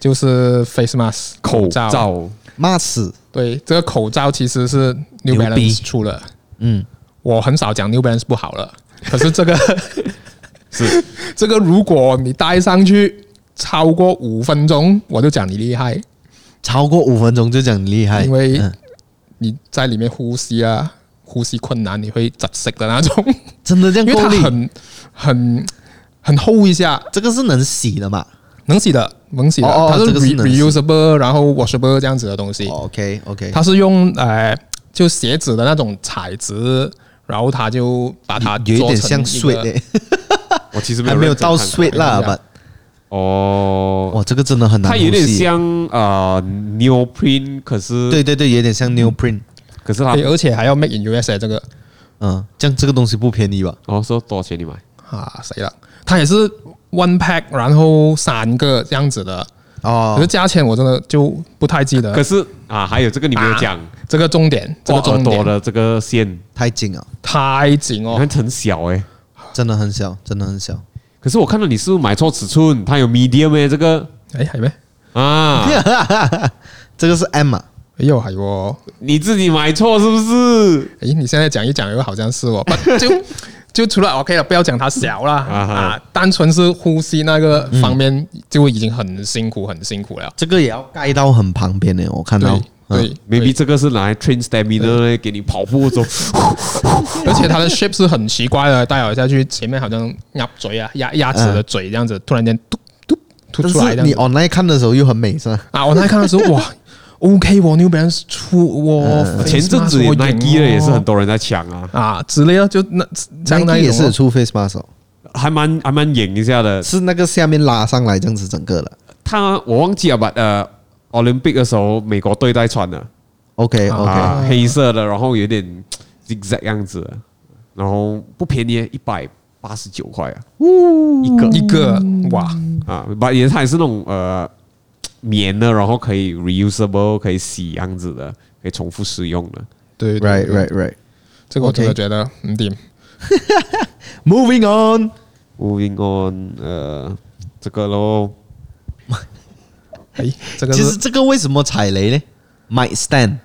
Speaker 3: 就是 face mask
Speaker 2: 口
Speaker 3: 罩。
Speaker 2: 罩，
Speaker 1: Mask.
Speaker 3: 对，这个口罩其实是 New
Speaker 1: 牛逼
Speaker 3: Balance 出了。
Speaker 1: 嗯，
Speaker 3: 我很少讲 New Balance 不好了，可是这 个
Speaker 2: 是
Speaker 3: 这个，如果你戴上去超过五分钟，我就讲你厉害，
Speaker 1: 超过五分钟就讲你厉害，
Speaker 3: 因为
Speaker 1: 嗯
Speaker 3: 你在里面呼吸啊，呼吸困难，你会窒息的那种，
Speaker 1: 真的这
Speaker 3: 因为
Speaker 1: 样
Speaker 3: 它
Speaker 1: 够力，
Speaker 3: 很很很厚一下，
Speaker 1: 这个是能洗的嘛
Speaker 3: 能洗的，能洗的，
Speaker 1: 哦哦
Speaker 3: 它
Speaker 1: 这
Speaker 3: 是
Speaker 1: 个是
Speaker 3: re
Speaker 1: 能洗
Speaker 3: reusable，然后 washable 这样子的东西，
Speaker 1: ？OK OK，
Speaker 3: 它是用呃就鞋子的那种材质。然后它就把它
Speaker 1: 有一
Speaker 3: 做
Speaker 1: 点
Speaker 3: 成
Speaker 1: 像
Speaker 3: 一
Speaker 1: sweat，
Speaker 3: 个
Speaker 1: 欸
Speaker 2: 我其实没
Speaker 1: 还
Speaker 2: 有
Speaker 1: 没有
Speaker 2: 认真
Speaker 1: 到
Speaker 2: 看过
Speaker 1: sweat 啦
Speaker 3: 看一下
Speaker 1: 吧？
Speaker 2: 哦，
Speaker 1: 哇，这个真的很难
Speaker 2: 它
Speaker 1: 呼
Speaker 2: 有点
Speaker 1: 吸，
Speaker 2: 像呃 neoprene，可是
Speaker 1: 对对对，有点像
Speaker 3: 嗯
Speaker 1: new print。
Speaker 2: 可是它
Speaker 3: 对，而且还要 make in USA 这个
Speaker 1: 嗯，这样这个东西不便宜吧？
Speaker 2: 哦说多少钱你买？
Speaker 3: 啊，谁了？它也是 one pack，然后三个这样子的，可
Speaker 1: 哦
Speaker 3: 是，价钱我真的就不太记得。
Speaker 2: 可是啊，还有这个你没有讲，
Speaker 3: 这个重点，呃这
Speaker 2: 挂
Speaker 3: 个
Speaker 2: 耳
Speaker 3: 重
Speaker 2: 朵
Speaker 3: 点
Speaker 2: 的这个线，
Speaker 1: 太紧了，
Speaker 3: 太紧
Speaker 2: 你
Speaker 3: 哦，
Speaker 2: 看很小哎、
Speaker 1: 真的很小，真的很小。
Speaker 2: 可是我看到你是不是买错尺寸？它有 medium 哎、这个
Speaker 3: 哎，还没，哎
Speaker 2: 啊，
Speaker 1: 这个是 M 啊，
Speaker 3: 呦，还有哦，
Speaker 2: 你自己买错是不是？
Speaker 3: 哎，你现在讲一讲又好像是哦， 不就就除了 OK 了，不要讲它小啦
Speaker 2: 啊哈嗯
Speaker 3: 啊，单纯是呼吸那个方面就已经很辛苦，很辛苦了。
Speaker 1: 这个也要盖到很旁边欸的，我看到嗯
Speaker 3: 对。对对
Speaker 2: 啊 maybe 这个是拿来 train stamina 嘞，给你跑步的时 候，
Speaker 3: 而且它的 shape 是很奇怪的，戴耳下去前面好像鸭嘴啊，鸭鸭子的嘴这样子，突然间嘟嘟
Speaker 1: 嗯，
Speaker 3: 凸
Speaker 1: 但
Speaker 3: 出来这
Speaker 1: 是
Speaker 3: 样
Speaker 1: 你
Speaker 2: 哦
Speaker 3: 子
Speaker 1: online 看的时候又很美是吧？
Speaker 3: 啊！我那天看的时候，哇 ，OK 哦，New Balance 出哦，
Speaker 2: 嗯前阵子
Speaker 3: Nike
Speaker 2: Nike 的也是很多人在抢啊，
Speaker 3: 啊之类的，就那像那
Speaker 1: Nike 也
Speaker 3: 一种
Speaker 1: 是
Speaker 3: 哦
Speaker 1: 出 face mask，哦
Speaker 2: 还蛮还蛮演一下的。
Speaker 1: 是那个下面拉上来这样子整个的。
Speaker 2: 他我忘记了吧？呃，Olympic 的时候美国队在穿的
Speaker 1: OK OK，
Speaker 2: 啊，黑色的，然后有点 zigzag 样子的，然后不便宜，一百八十九块啊，一个
Speaker 3: 一个哇，
Speaker 2: 啊，把也它也是那种呃棉的，然后可以 reusable，可以洗样子的，可以重复使用的。
Speaker 3: 对对
Speaker 1: right
Speaker 3: 对
Speaker 1: right right。
Speaker 3: 这个我真的
Speaker 1: OK
Speaker 3: 觉得嗯对，
Speaker 1: Moving on，
Speaker 2: Moving on，呃，这个喽，
Speaker 3: 哎，这个
Speaker 1: 其实
Speaker 3: 是
Speaker 1: 这个为什么踩雷呢？Might stand，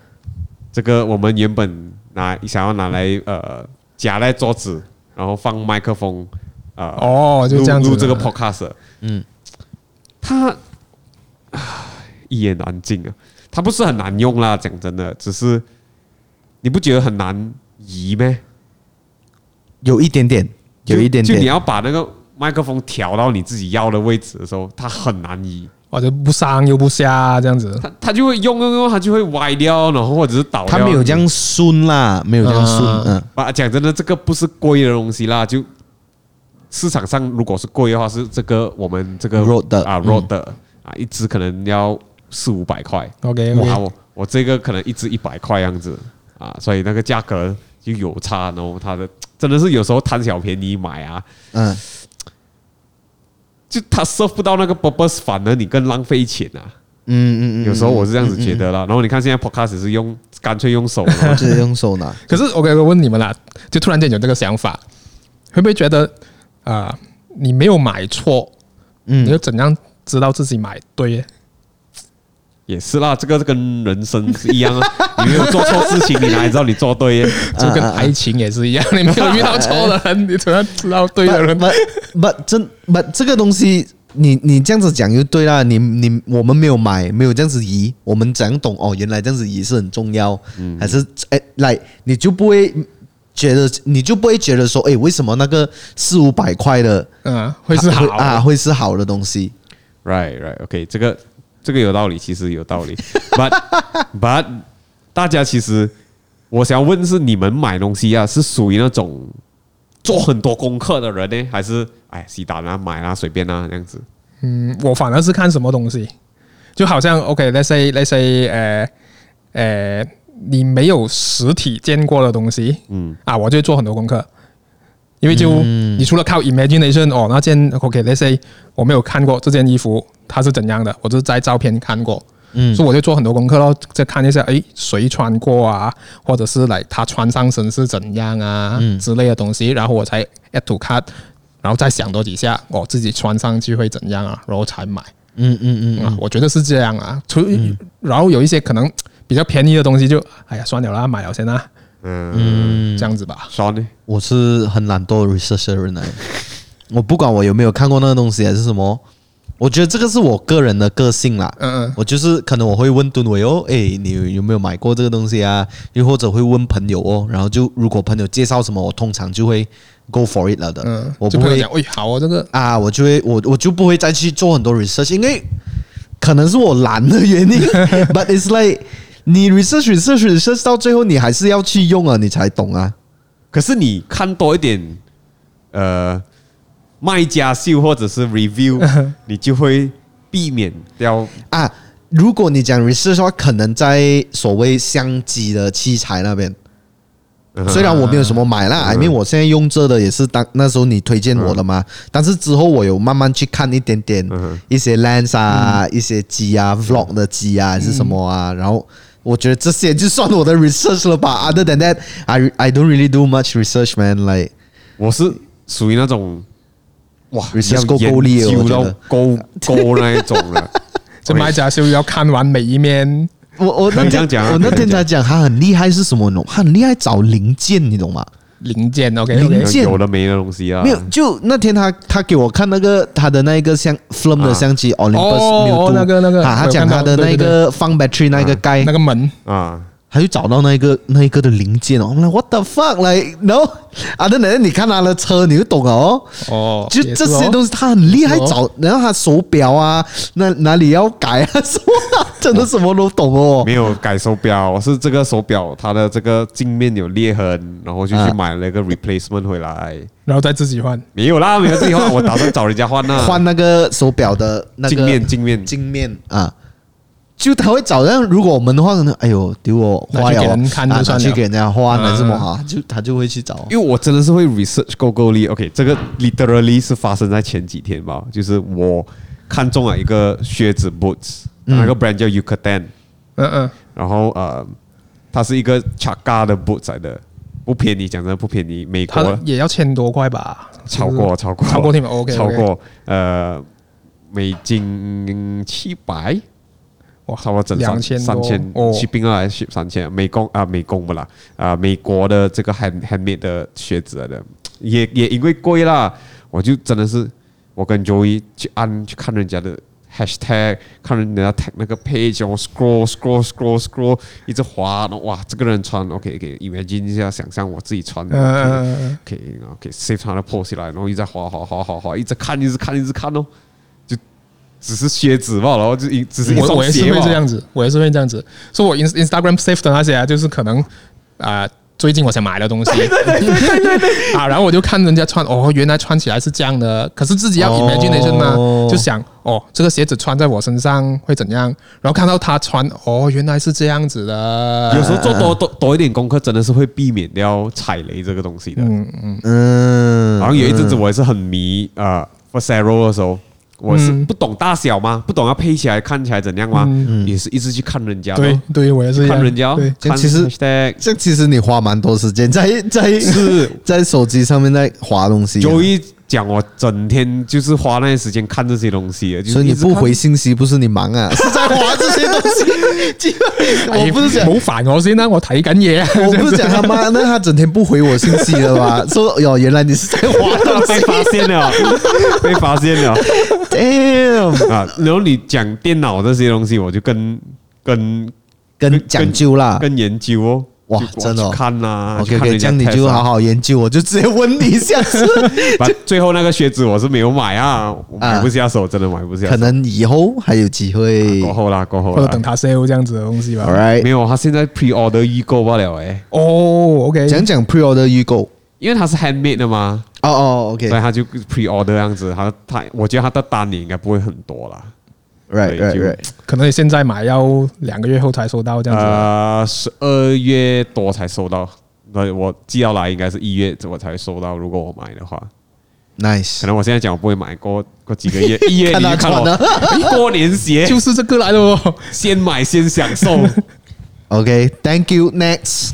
Speaker 2: 这个我们原本拿想要拿来呃夹在桌子，然后放麦克风，呃，
Speaker 3: 哦，就
Speaker 2: 录
Speaker 3: 这样子
Speaker 2: 录这个
Speaker 3: 的
Speaker 2: podcast，嗯，它唉一言难尽啊，它不是很难用啦，讲真的，只是你不觉得很难移咩？
Speaker 1: 有一点点，有
Speaker 2: 就
Speaker 1: 一点
Speaker 2: 就你
Speaker 1: 点。
Speaker 2: 要把那个麦克风调到你自己要的位置的时候，它很难移，
Speaker 3: 哇，就不上又不下这样子，
Speaker 2: 它它就会用用用，它就会歪掉，然后或者是倒掉。
Speaker 1: 他没有这样顺啦，没有这样顺，
Speaker 3: 啊
Speaker 1: 嗯，
Speaker 2: 啊，讲真的，这个不是贵的东西啦，就市场上如果是贵的话，是这个我们这个
Speaker 1: Road 的
Speaker 2: 啊
Speaker 1: 嗯
Speaker 2: road 的、啊，一支可能要四五百块。
Speaker 3: OK，OK
Speaker 2: 哇，我我这个可能一支一百块样子啊，所以那个价格就有差，然后它的真的是有时候贪小便宜买啊，
Speaker 1: 嗯，
Speaker 2: 就它 serve 不到那个 purpose，反而你更浪费钱啊。
Speaker 1: 嗯嗯嗯，
Speaker 2: 有时候我是这样子觉 得啦。然后你看现在 podcast 也是用干脆用手
Speaker 1: 我
Speaker 2: 了，
Speaker 1: 直接用手拿。
Speaker 3: 可是 OK，我问你们啦，就突然间有这个想法，会不会觉得啊、呃你没有买错，你
Speaker 1: 嗯
Speaker 3: 又怎样知道自己买对？
Speaker 2: 也是啦，这个跟人生是一样啊。你没有做错事情，你哪里知道你做对耶？
Speaker 1: 啊
Speaker 3: 就跟爱情也是一样，你没有遇到错的人，你怎样知道对啊的 人？
Speaker 1: 不不真不这个东西，你你这样子讲就对啦。你你我们没有买，没有这样子移，我们讲懂哦，原来这样子移是很重要，还是哎来你就不会觉得你就不会觉得说哎为什么那个四五百块的
Speaker 3: 嗯，会是好
Speaker 1: 啊会是好的东西
Speaker 2: Right, right, OK，这个这个有道理，其实有道理。But but 大家其实我想问是你们买东西啊，是属于那种做很多功课的人呢，还是哎洗单啊买啊随便啊这样子？
Speaker 3: 嗯，我反而是看什么东西，就好像 OK，let's、say let's say，呃呃，你没有实体见过的东西，
Speaker 2: 嗯，
Speaker 3: 啊，我就会做很多功课，因为就、你除了靠 imagination 哦，那件 OK，let's、say 我没有看过这件衣服，它是怎样的，我就在照片看过，
Speaker 1: 嗯
Speaker 3: 所以我就做很多功课咯，再看一下，诶，谁穿过啊，或者是来他穿上身是怎样啊、
Speaker 1: 嗯
Speaker 3: 之类的东西，然后我才 add to cart，然后再想多几下，我、自己穿上去会怎样啊，然后才买。
Speaker 1: 嗯嗯嗯
Speaker 3: 啊，我觉得是这样啊。除、然后有一些可能比较便宜的东西就，哎呀算了啦，买了先啦，
Speaker 2: 嗯，
Speaker 3: 嗯，这样子吧。
Speaker 2: 爽呢？
Speaker 1: 我是很懒惰的 research 的人来，我不管我有没有看过那个东西还是什么，我觉得这个是我个人的个性啦。
Speaker 3: 嗯嗯
Speaker 1: 我就是可能我会问蹲伟哦，诶，你有没有买过这个东西啊？又或者会问朋友哦，然后就如果朋友介绍什么，我通常就会 go for it 了的。
Speaker 3: 嗯，
Speaker 1: 我
Speaker 3: 就
Speaker 1: 不
Speaker 3: 朋
Speaker 1: 会
Speaker 3: 友讲，喂，好哦，这个
Speaker 1: 啊，我就会我我就不会再去做很多 research，因为可能是我懒的原 因。But it's like 你 research research research 到最后，你还是要去用啊，你才懂啊。
Speaker 2: 可是你看多一点，呃，卖家秀或者是 review，你就会避免掉。
Speaker 1: 啊，如果你讲 research 的话，可能在所谓相机的器材那边，
Speaker 2: 嗯
Speaker 1: 虽然我没有什么买啦，I mean 我现在用这的也是当那时候你推荐我的嘛，但是之后我有慢慢去看一点点
Speaker 2: 嗯哼
Speaker 1: 一些 lens 啊，一些机啊，vlog 的机
Speaker 2: 嗯
Speaker 1: 啊还是什么啊，然后。我觉得这些就算我的 research 了吧。Other than that, I I don't really do much research, man. Like
Speaker 2: 我是属于那种哇
Speaker 1: research
Speaker 2: 要
Speaker 1: 够够力了
Speaker 2: 研究
Speaker 1: 我觉
Speaker 2: 到
Speaker 1: 得
Speaker 2: 够够那一种了。
Speaker 3: 这卖家秀要看完每一面，
Speaker 1: 我我那
Speaker 2: 可以这样
Speaker 1: 天
Speaker 2: 讲啊
Speaker 1: 我那
Speaker 2: 可以这
Speaker 1: 天
Speaker 2: 样
Speaker 1: 才讲他很厉害是什么？你懂吗他很厉害找零件，你懂吗？
Speaker 3: 零件，OK
Speaker 1: 零
Speaker 3: OK，
Speaker 1: 件
Speaker 2: 有的没的东西啊，
Speaker 1: 没有，就那天他他给我看那个他的那一个相 film
Speaker 2: 啊
Speaker 1: 的相机 Olympus
Speaker 3: 哦
Speaker 1: Meutu，
Speaker 3: 哦那个那个
Speaker 1: 啊，他
Speaker 3: 我有
Speaker 1: 讲
Speaker 3: 看到
Speaker 1: 他的
Speaker 3: 对
Speaker 1: 那
Speaker 3: 对
Speaker 1: 个放 battery 那个盖
Speaker 3: 那，个门，
Speaker 2: 啊，
Speaker 1: 他就找到那一个那一个的零件哦，我们 what the fuck 来，no 啊，那那你看他的车你就懂了哦，
Speaker 3: 哦，
Speaker 1: 就
Speaker 3: 也是
Speaker 1: 这
Speaker 3: 哦
Speaker 1: 些东西他很厉害
Speaker 3: 也是哦
Speaker 1: 找，然后他手表啊，那哪里要改啊， 什么啊真的什么都懂哦，
Speaker 2: 没有改手表，是这个手表它的这个镜面有裂痕，然后就去
Speaker 1: 啊
Speaker 2: 买了一个 replacement 回来。
Speaker 3: 然后再自己换。
Speaker 2: 没有啦，没有自己换，我打算找人家换那
Speaker 1: 换那个手表的那个
Speaker 2: 镜面镜面
Speaker 1: 镜面啊，就他会找让如果我们的话，可能哎呦丢我花
Speaker 3: 拿去
Speaker 1: 呀，
Speaker 3: 给人看
Speaker 1: 啊
Speaker 3: 就算
Speaker 1: 拿去
Speaker 3: 了
Speaker 1: 给人家花
Speaker 3: 啊
Speaker 1: 还是什么啊，就他就会去找。
Speaker 2: 因为我真的是会 research 够够力。OK，这个 literally 是发生在前几天吧，就是我看中了一个靴子 boots，、那个 brand 叫 Yucatan，
Speaker 3: 嗯嗯，
Speaker 2: 然后呃，它是一个 Chaka 的 boots 来的，不便宜，讲真的不便宜，美
Speaker 3: 它
Speaker 2: 国
Speaker 3: 也要千多块吧？
Speaker 2: 啊超过超过
Speaker 3: 超过你们 OK，
Speaker 2: 超过呃美金七百。
Speaker 3: 哇，
Speaker 2: 差不多整
Speaker 3: 两
Speaker 2: 三
Speaker 3: 千
Speaker 2: 三千
Speaker 3: 哦，
Speaker 2: 去冰啊还是三千美工啊美工不啦啊美国的这个 hand handmade 的靴子来的，也也因为贵啦，我就真的是我跟 Joey 去按去看人家的 hashtag，看人家 tag 那个 page，我 scroll scroll scroll scroll 一直滑，然后哇这个人穿 OK OK imagine 一下想象我自己穿的。
Speaker 3: 嗯嗯嗯嗯
Speaker 2: OK OK，谁穿的 pose 起来，然后一直在滑滑滑滑滑，一直看一直看一直看哦，就只是靴子嘛，然后就一只是一
Speaker 3: 我我
Speaker 2: 双
Speaker 3: 也是
Speaker 2: 鞋
Speaker 3: 会
Speaker 2: 嘛。
Speaker 3: 这样子，我也是会这样子。所以我 ins Instagram save 的那些啊，就是可能啊、最近我想买的东西，对对对对对对 啊，然后我就看人家穿，哦，原来穿起来是这样的，可是自己要
Speaker 1: 哦
Speaker 3: imagination 嘛，就想哦，这个鞋子穿在我身上会怎样？然后看到他穿，哦，原来是这样子的，
Speaker 2: 有时候做多多多一点功课，真的是会避免掉踩雷这个东西的。
Speaker 1: 嗯，
Speaker 2: 然后有一阵子我也是很迷啊 f o r s e r o 的时候，我是
Speaker 3: 嗯
Speaker 2: 不懂大小嘛，不懂要配起来看起来怎样嘛，也是一直去看人家咯，
Speaker 3: 对对，我也是一样
Speaker 2: 看人家哦
Speaker 3: 对，啊
Speaker 1: 这
Speaker 2: 看
Speaker 1: 样其实
Speaker 2: hashtag
Speaker 1: 这其实你花蛮多时间 在在
Speaker 2: 是
Speaker 1: 在手机上面在划东西啊，
Speaker 2: Joey 讲我整天就是花那些时间看这些东西的，就是
Speaker 1: 所以你
Speaker 2: 一直
Speaker 1: 不
Speaker 2: 看
Speaker 1: 回信息不是你忙啊， 是在划这些东西。 我不是讲
Speaker 3: 哎冇煩我先啦，我睇緊嘢啊，
Speaker 1: 我不是讲他妈，那他整天不回我信息了 吧？说哟，原来你是在 划东
Speaker 2: 被
Speaker 1: 西
Speaker 2: 发现了，被发现了。
Speaker 1: ，damn，
Speaker 2: 啊，然后你讲电脑这些东西，我就更更
Speaker 1: 跟讲究啦，
Speaker 2: 更研究哦。
Speaker 1: 啊哇
Speaker 2: 就
Speaker 1: 真的哦
Speaker 2: 去看呐、
Speaker 1: OK
Speaker 2: 去看
Speaker 1: OK，
Speaker 2: 人
Speaker 1: 这
Speaker 2: 家
Speaker 1: 样你
Speaker 2: test
Speaker 1: 就
Speaker 2: 啊
Speaker 1: 好。好研究，我就直接问你一 下次，
Speaker 2: 把最后那个靴子我是没有买啊，我买不下手，真的买不下手。
Speaker 1: 可能以后还有机
Speaker 3: 啊
Speaker 1: 会。
Speaker 2: 过后啦，过后
Speaker 3: 或者
Speaker 2: 啦。
Speaker 3: 等他 sale 这樣子嘅東西吧。
Speaker 1: All right，
Speaker 2: 没有，他现在 pre order 预购不了诶，
Speaker 3: 哦，OK，
Speaker 1: 讲讲 pre order 预购。
Speaker 2: 因为他是 handmade 的嘛，
Speaker 1: 哦哦，OK，
Speaker 2: 所以他就 pre order 这样子。他他，我觉得他的单也应该不会很多啦。
Speaker 1: ，right
Speaker 2: 所以
Speaker 1: right
Speaker 2: 就
Speaker 1: right，
Speaker 3: 可能你现在买要两个月后才收到这样子。
Speaker 2: 呃，十二月多才收到，那我寄到来应该是一月我才收到。如果我买的话，可
Speaker 1: Nice，
Speaker 2: 能我现在讲我不会买，过过几个 月一月
Speaker 1: 看
Speaker 2: 你
Speaker 1: 他
Speaker 2: 就看
Speaker 1: 穿
Speaker 2: 我哎过年鞋，
Speaker 3: 就是这个来 的哦。
Speaker 2: 先买先享受。
Speaker 1: OK，Thank you，Next，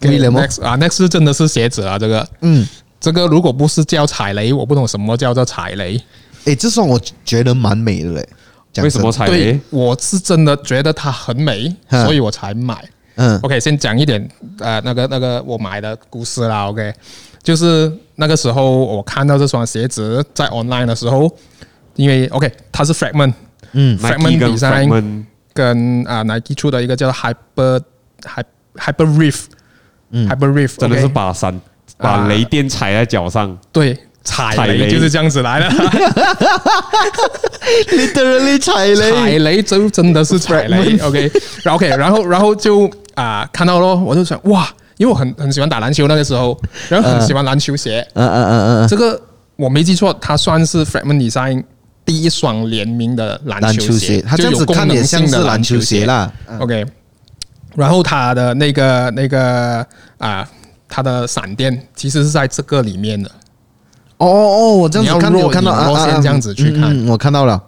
Speaker 1: 威廉吗
Speaker 3: next 啊，next 是真的是鞋子啊，这个，
Speaker 1: 嗯，
Speaker 3: 这个如果不是叫踩雷，我不懂什么叫做踩雷。
Speaker 1: 诶，这双我觉得蛮美的嘞。讲真
Speaker 2: 为什么？踩雷
Speaker 3: 对？，我是真的觉得它很美，
Speaker 1: 嗯
Speaker 3: 所以我才买。
Speaker 1: 嗯
Speaker 3: OK，先讲一点呃，那个那个我买的故事啦。OK，就是那个时候我看到这双鞋子在 online 的时候，因为 OK 它是 fragment，
Speaker 1: 嗯
Speaker 2: Nike
Speaker 3: Fragment
Speaker 2: 跟
Speaker 3: Design
Speaker 2: Fragment
Speaker 3: 跟啊、Nike 出的一个叫 Hyper Hy- Hyper Reef，嗯，Hyper Reef
Speaker 2: 真的是
Speaker 3: OK，
Speaker 2: 把伞把
Speaker 3: 啊
Speaker 2: 雷电踩在脚上，
Speaker 3: 对踩
Speaker 2: 踩
Speaker 3: 雷
Speaker 2: 雷
Speaker 3: 就是这样子来的，
Speaker 1: ，literally 踩
Speaker 3: 踩
Speaker 1: 雷。
Speaker 3: 雷就真的是踩 雷。OK，然后 OK，然后然后就啊、看到咯，我就想哇，因为我很很喜欢打篮球那个时候，然后很喜欢篮球鞋，
Speaker 1: 嗯嗯嗯嗯
Speaker 3: 这个我没记错，它算是 Fragment Design 第一双联名的篮
Speaker 1: 嗯，篮
Speaker 3: 球
Speaker 1: 球鞋，它
Speaker 3: 就
Speaker 1: 这样
Speaker 3: 有
Speaker 1: 子
Speaker 3: 功
Speaker 1: 看
Speaker 3: 能
Speaker 1: 也像
Speaker 3: 性
Speaker 1: 是
Speaker 3: 的
Speaker 1: 篮球鞋
Speaker 3: 鞋。
Speaker 1: 啦。
Speaker 3: OK，然后它的那个那个啊、它的闪电其实是在这个里面的，
Speaker 1: 哦哦，我这样子看，
Speaker 3: 你要
Speaker 1: 我看到啊
Speaker 3: 弱
Speaker 1: 啊
Speaker 3: 你
Speaker 1: 啊，
Speaker 3: 先这样子去看
Speaker 1: 嗯，嗯我看到了，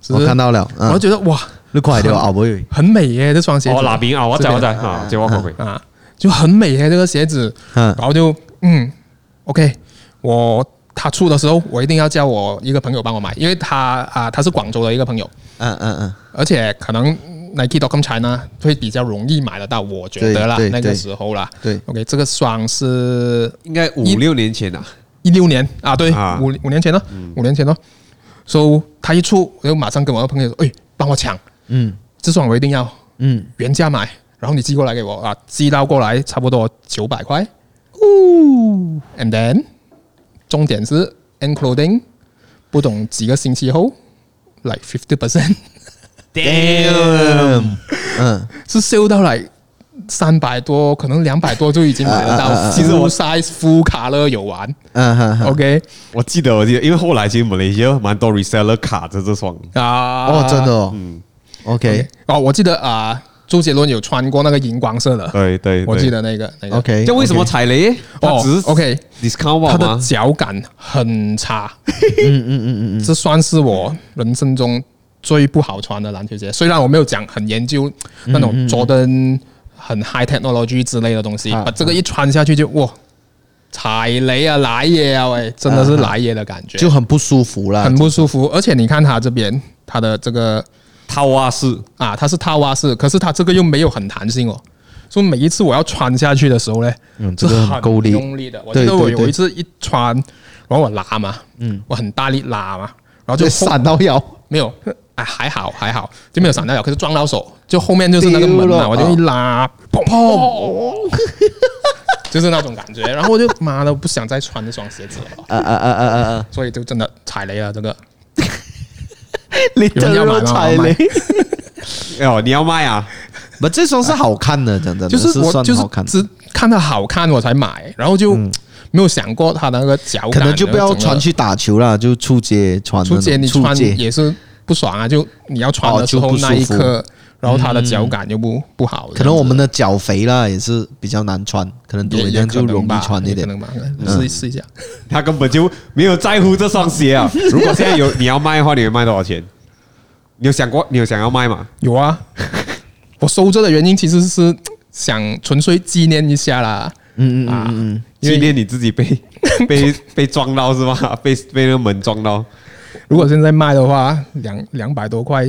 Speaker 3: 是不
Speaker 1: 我
Speaker 3: 是
Speaker 1: 看到了，
Speaker 3: 我
Speaker 1: 嗯，
Speaker 3: 就觉得哇，
Speaker 1: 你快 点啊，不会，
Speaker 3: 很美耶，这双鞋
Speaker 2: 哦，
Speaker 3: 子
Speaker 2: 拿冰啊，我
Speaker 3: 这
Speaker 2: 走
Speaker 3: 边
Speaker 2: 我走啊，接我后悔。
Speaker 3: 啊，就很美耶，这个鞋子，
Speaker 1: 嗯
Speaker 3: 然后就嗯，OK，我。他出的时候，我一定要叫我一个朋友帮我买，因为他啊、他是广州的一个朋友，
Speaker 1: 嗯嗯嗯，
Speaker 3: 而且可能 Nike.com China 会比较容易买得到，我觉得啦，
Speaker 1: 对对
Speaker 3: 那个时候啦。
Speaker 1: 对，
Speaker 3: OK，这个双是
Speaker 2: 应该五
Speaker 3: 一
Speaker 2: 六年前啊，
Speaker 3: 一六年啊，对，
Speaker 2: 啊
Speaker 3: 五五年前了，五年前了。so 他一出，我就马上跟我的朋友说：“哎，帮我抢，
Speaker 1: 嗯
Speaker 3: 这双我一定要
Speaker 1: 嗯，
Speaker 3: 原价买，然后你寄过来给我啊，寄到过来差不多九百块。哦，and then 重点是 enclosing，不懂几个星期后，like fifty percent。”
Speaker 1: 嗯嗯
Speaker 3: 是 sell 到来三百多，可能两百多就已经买
Speaker 1: 啊啊
Speaker 3: 得
Speaker 1: 啊啊
Speaker 3: 到。
Speaker 1: 啊
Speaker 3: 其实我 size full 卡勒有玩
Speaker 1: 嗯嗯嗯，
Speaker 3: ，OK
Speaker 2: 我记得我记得，因为后来其实马来西亚蛮多 reseller 卡着这双，
Speaker 3: 啊，
Speaker 1: 哦，真的哦，OK
Speaker 3: OK 哦，我记得啊，周杰伦有穿过那个荧光色的，
Speaker 2: 对呃对，
Speaker 3: 我
Speaker 2: 对
Speaker 3: 记。得那个那个
Speaker 1: OK，
Speaker 2: 这为什么踩雷？它
Speaker 3: 哦
Speaker 2: 只是
Speaker 3: ，OK，
Speaker 2: discount 吧
Speaker 3: 它的
Speaker 2: 吗？
Speaker 3: 脚感很差，嗯嗯嗯嗯，这算是我人生中最不好穿的篮球鞋。虽然我没有讲很研究那种 Jordan 很 high technology 之类的东西，
Speaker 1: 啊
Speaker 3: 把这个一穿下去就哇，踩雷啊，来耶啊，喂，真的是来耶的感觉，
Speaker 1: 就很不舒服啦
Speaker 3: 很，不舒服。而且你看它这边，它的这个
Speaker 2: 套啊是
Speaker 3: 啊，它是套袜式，可是它这个又没有很弹性哦。所以每一次我要穿下去的时候呢，
Speaker 1: 嗯
Speaker 3: 是
Speaker 1: 这个很够力
Speaker 3: 用力的。我
Speaker 1: 对
Speaker 3: 记得我
Speaker 1: 对对
Speaker 3: 有一次一穿，然后我拉嘛，嗯，我很大力拉嘛，然后就
Speaker 1: 就
Speaker 3: 后
Speaker 1: 闪到腰，
Speaker 3: 没有，哎还好还好，就没有闪到脚，可是撞到手，就后面就是那个门
Speaker 1: 丢了
Speaker 3: 嘛，
Speaker 1: 啊
Speaker 3: 我就一拉，砰砰， 就是那种感觉。然后我就妈的不想再穿这双鞋子了，
Speaker 1: 啊啊
Speaker 3: 呃
Speaker 1: 啊啊啊 啊
Speaker 3: 所以就真的踩雷了这个。有人要买
Speaker 1: ，literally
Speaker 3: 吗
Speaker 1: 踩雷。
Speaker 2: 哦，你要卖啊？
Speaker 1: 不，这双是好看的，讲真的，
Speaker 3: 就是我
Speaker 1: 算
Speaker 3: 就是
Speaker 1: 好看的，
Speaker 3: 只看嗯它好看我才买，然后就没有想过它那个脚感，
Speaker 1: 可能就不要
Speaker 3: 然后整个
Speaker 1: 穿去打球啦，就出街穿那
Speaker 3: 出
Speaker 1: 种，
Speaker 3: 街，你穿
Speaker 1: 出街
Speaker 3: 也是不爽啊，就你要穿
Speaker 1: 哦
Speaker 3: 的时
Speaker 1: 就
Speaker 3: 候
Speaker 1: 不舒服
Speaker 3: 那一刻，然后它的脚感就不不好，
Speaker 1: 可能我们的脚肥啦，也是比较难穿，可能
Speaker 3: 这
Speaker 1: 多一
Speaker 3: 样子也
Speaker 1: 点
Speaker 3: 也可
Speaker 1: 就容
Speaker 3: 能吧
Speaker 1: 易穿一
Speaker 3: 也可
Speaker 1: 点。
Speaker 3: 能吧，试一试一下。
Speaker 2: 他根本就没有在乎这双鞋 啊。如果现在有你要卖的话，你会卖多少钱？你有想过你有想要卖吗？
Speaker 3: 有啊，我收着的原因其实是想纯粹纪念一下啦，
Speaker 1: 嗯嗯嗯
Speaker 3: 啊
Speaker 1: 嗯嗯，
Speaker 2: 纪
Speaker 3: 因为
Speaker 2: 念你自己 被被被撞到是吧？ 被被那个门撞到，
Speaker 3: 如果现在卖的话，两两百多块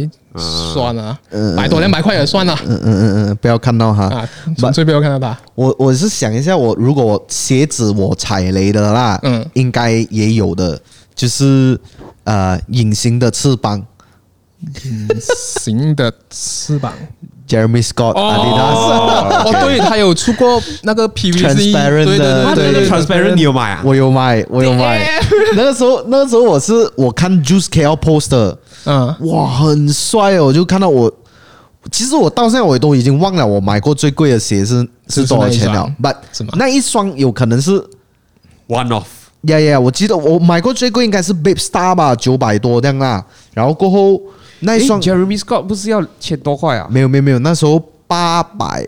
Speaker 3: 算了啊，百多两百块也算了
Speaker 1: 嗯嗯嗯嗯，不要看到哈。
Speaker 3: 啊，纯粹不要看到它。
Speaker 1: 我我是想一下，我如果我鞋子我踩雷的啦，
Speaker 3: 嗯
Speaker 1: 应该也有的，就是呃隐形的翅膀
Speaker 3: 形的翅膀。
Speaker 1: ，Jeremy Scott、Adidas，
Speaker 3: 哦，对，他有出过那个 PVC，
Speaker 1: Transparent
Speaker 3: 对对
Speaker 1: 的
Speaker 3: 对对对
Speaker 2: transparent 你有买啊？
Speaker 1: 我有买，我有买。那个时候那个时候我是我看 Juice KL poster，
Speaker 3: 嗯，
Speaker 1: 哇，很帅哦！我就看到我，其实我到现在我都已经忘了我买过最贵的鞋是
Speaker 3: 是
Speaker 1: 是多少钱了。
Speaker 3: 那一
Speaker 1: But
Speaker 3: 双是吗
Speaker 1: 那一双有可能是
Speaker 2: one off
Speaker 1: 呀呀我记得我买过最贵应该是 Babe Star 吧，九百多这样啦。然后过后那一双
Speaker 2: Jeremy Scott 不是要千多块啊？
Speaker 1: 没有没有没有，那时候八百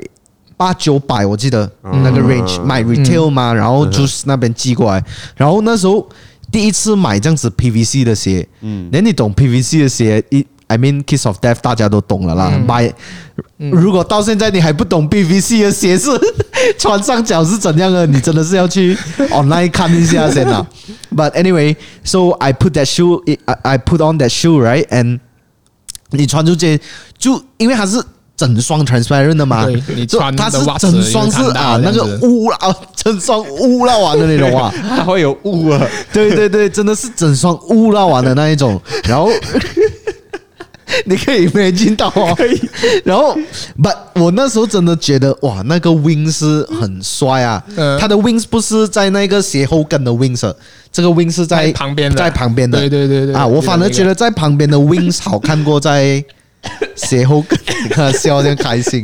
Speaker 1: 八九百，我记得、那个 range 买 retail 嘛，然后 Juice 那边寄过来，然后那时候第一次买这样子 PVC 的鞋，嗯，那你懂 PVC 的鞋一。I mean, kiss of death，大家都懂了啦。买、如果到现在你还不懂 PVC 的鞋是 穿上脚是怎样的，你真的是要去 online 看一下先啦。But anyway, so I put that shoe, I I put on that shoe, right? And 你穿出去，就因为它是整双 transparent 的嘛
Speaker 3: 对，你
Speaker 1: 就
Speaker 3: 穿
Speaker 1: 它
Speaker 3: 的
Speaker 1: 是
Speaker 3: 袜子
Speaker 1: 整双是
Speaker 3: 也是看到
Speaker 1: 啊，
Speaker 3: 的
Speaker 1: 那个
Speaker 3: 这样子
Speaker 1: 污啊， 整双污了完的那种啊。
Speaker 2: 它会有雾啊。
Speaker 1: 对对对，真的是整双污到完的那一种。然后 你可以没进到哦，可以。然后，but 我那时候真的觉得哇，那个 wing 是很帅啊。
Speaker 3: 嗯
Speaker 1: 他的 wings 不是在那个鞋后跟的 wings，啊这个 wing 是在
Speaker 3: 在旁边的
Speaker 1: 在旁边的。
Speaker 3: 对对对对
Speaker 1: 啊，
Speaker 3: 我记得
Speaker 1: 我反而
Speaker 3: 那个
Speaker 1: 觉得在旁边的 wings 好看过在鞋后跟。你 看他笑得开心，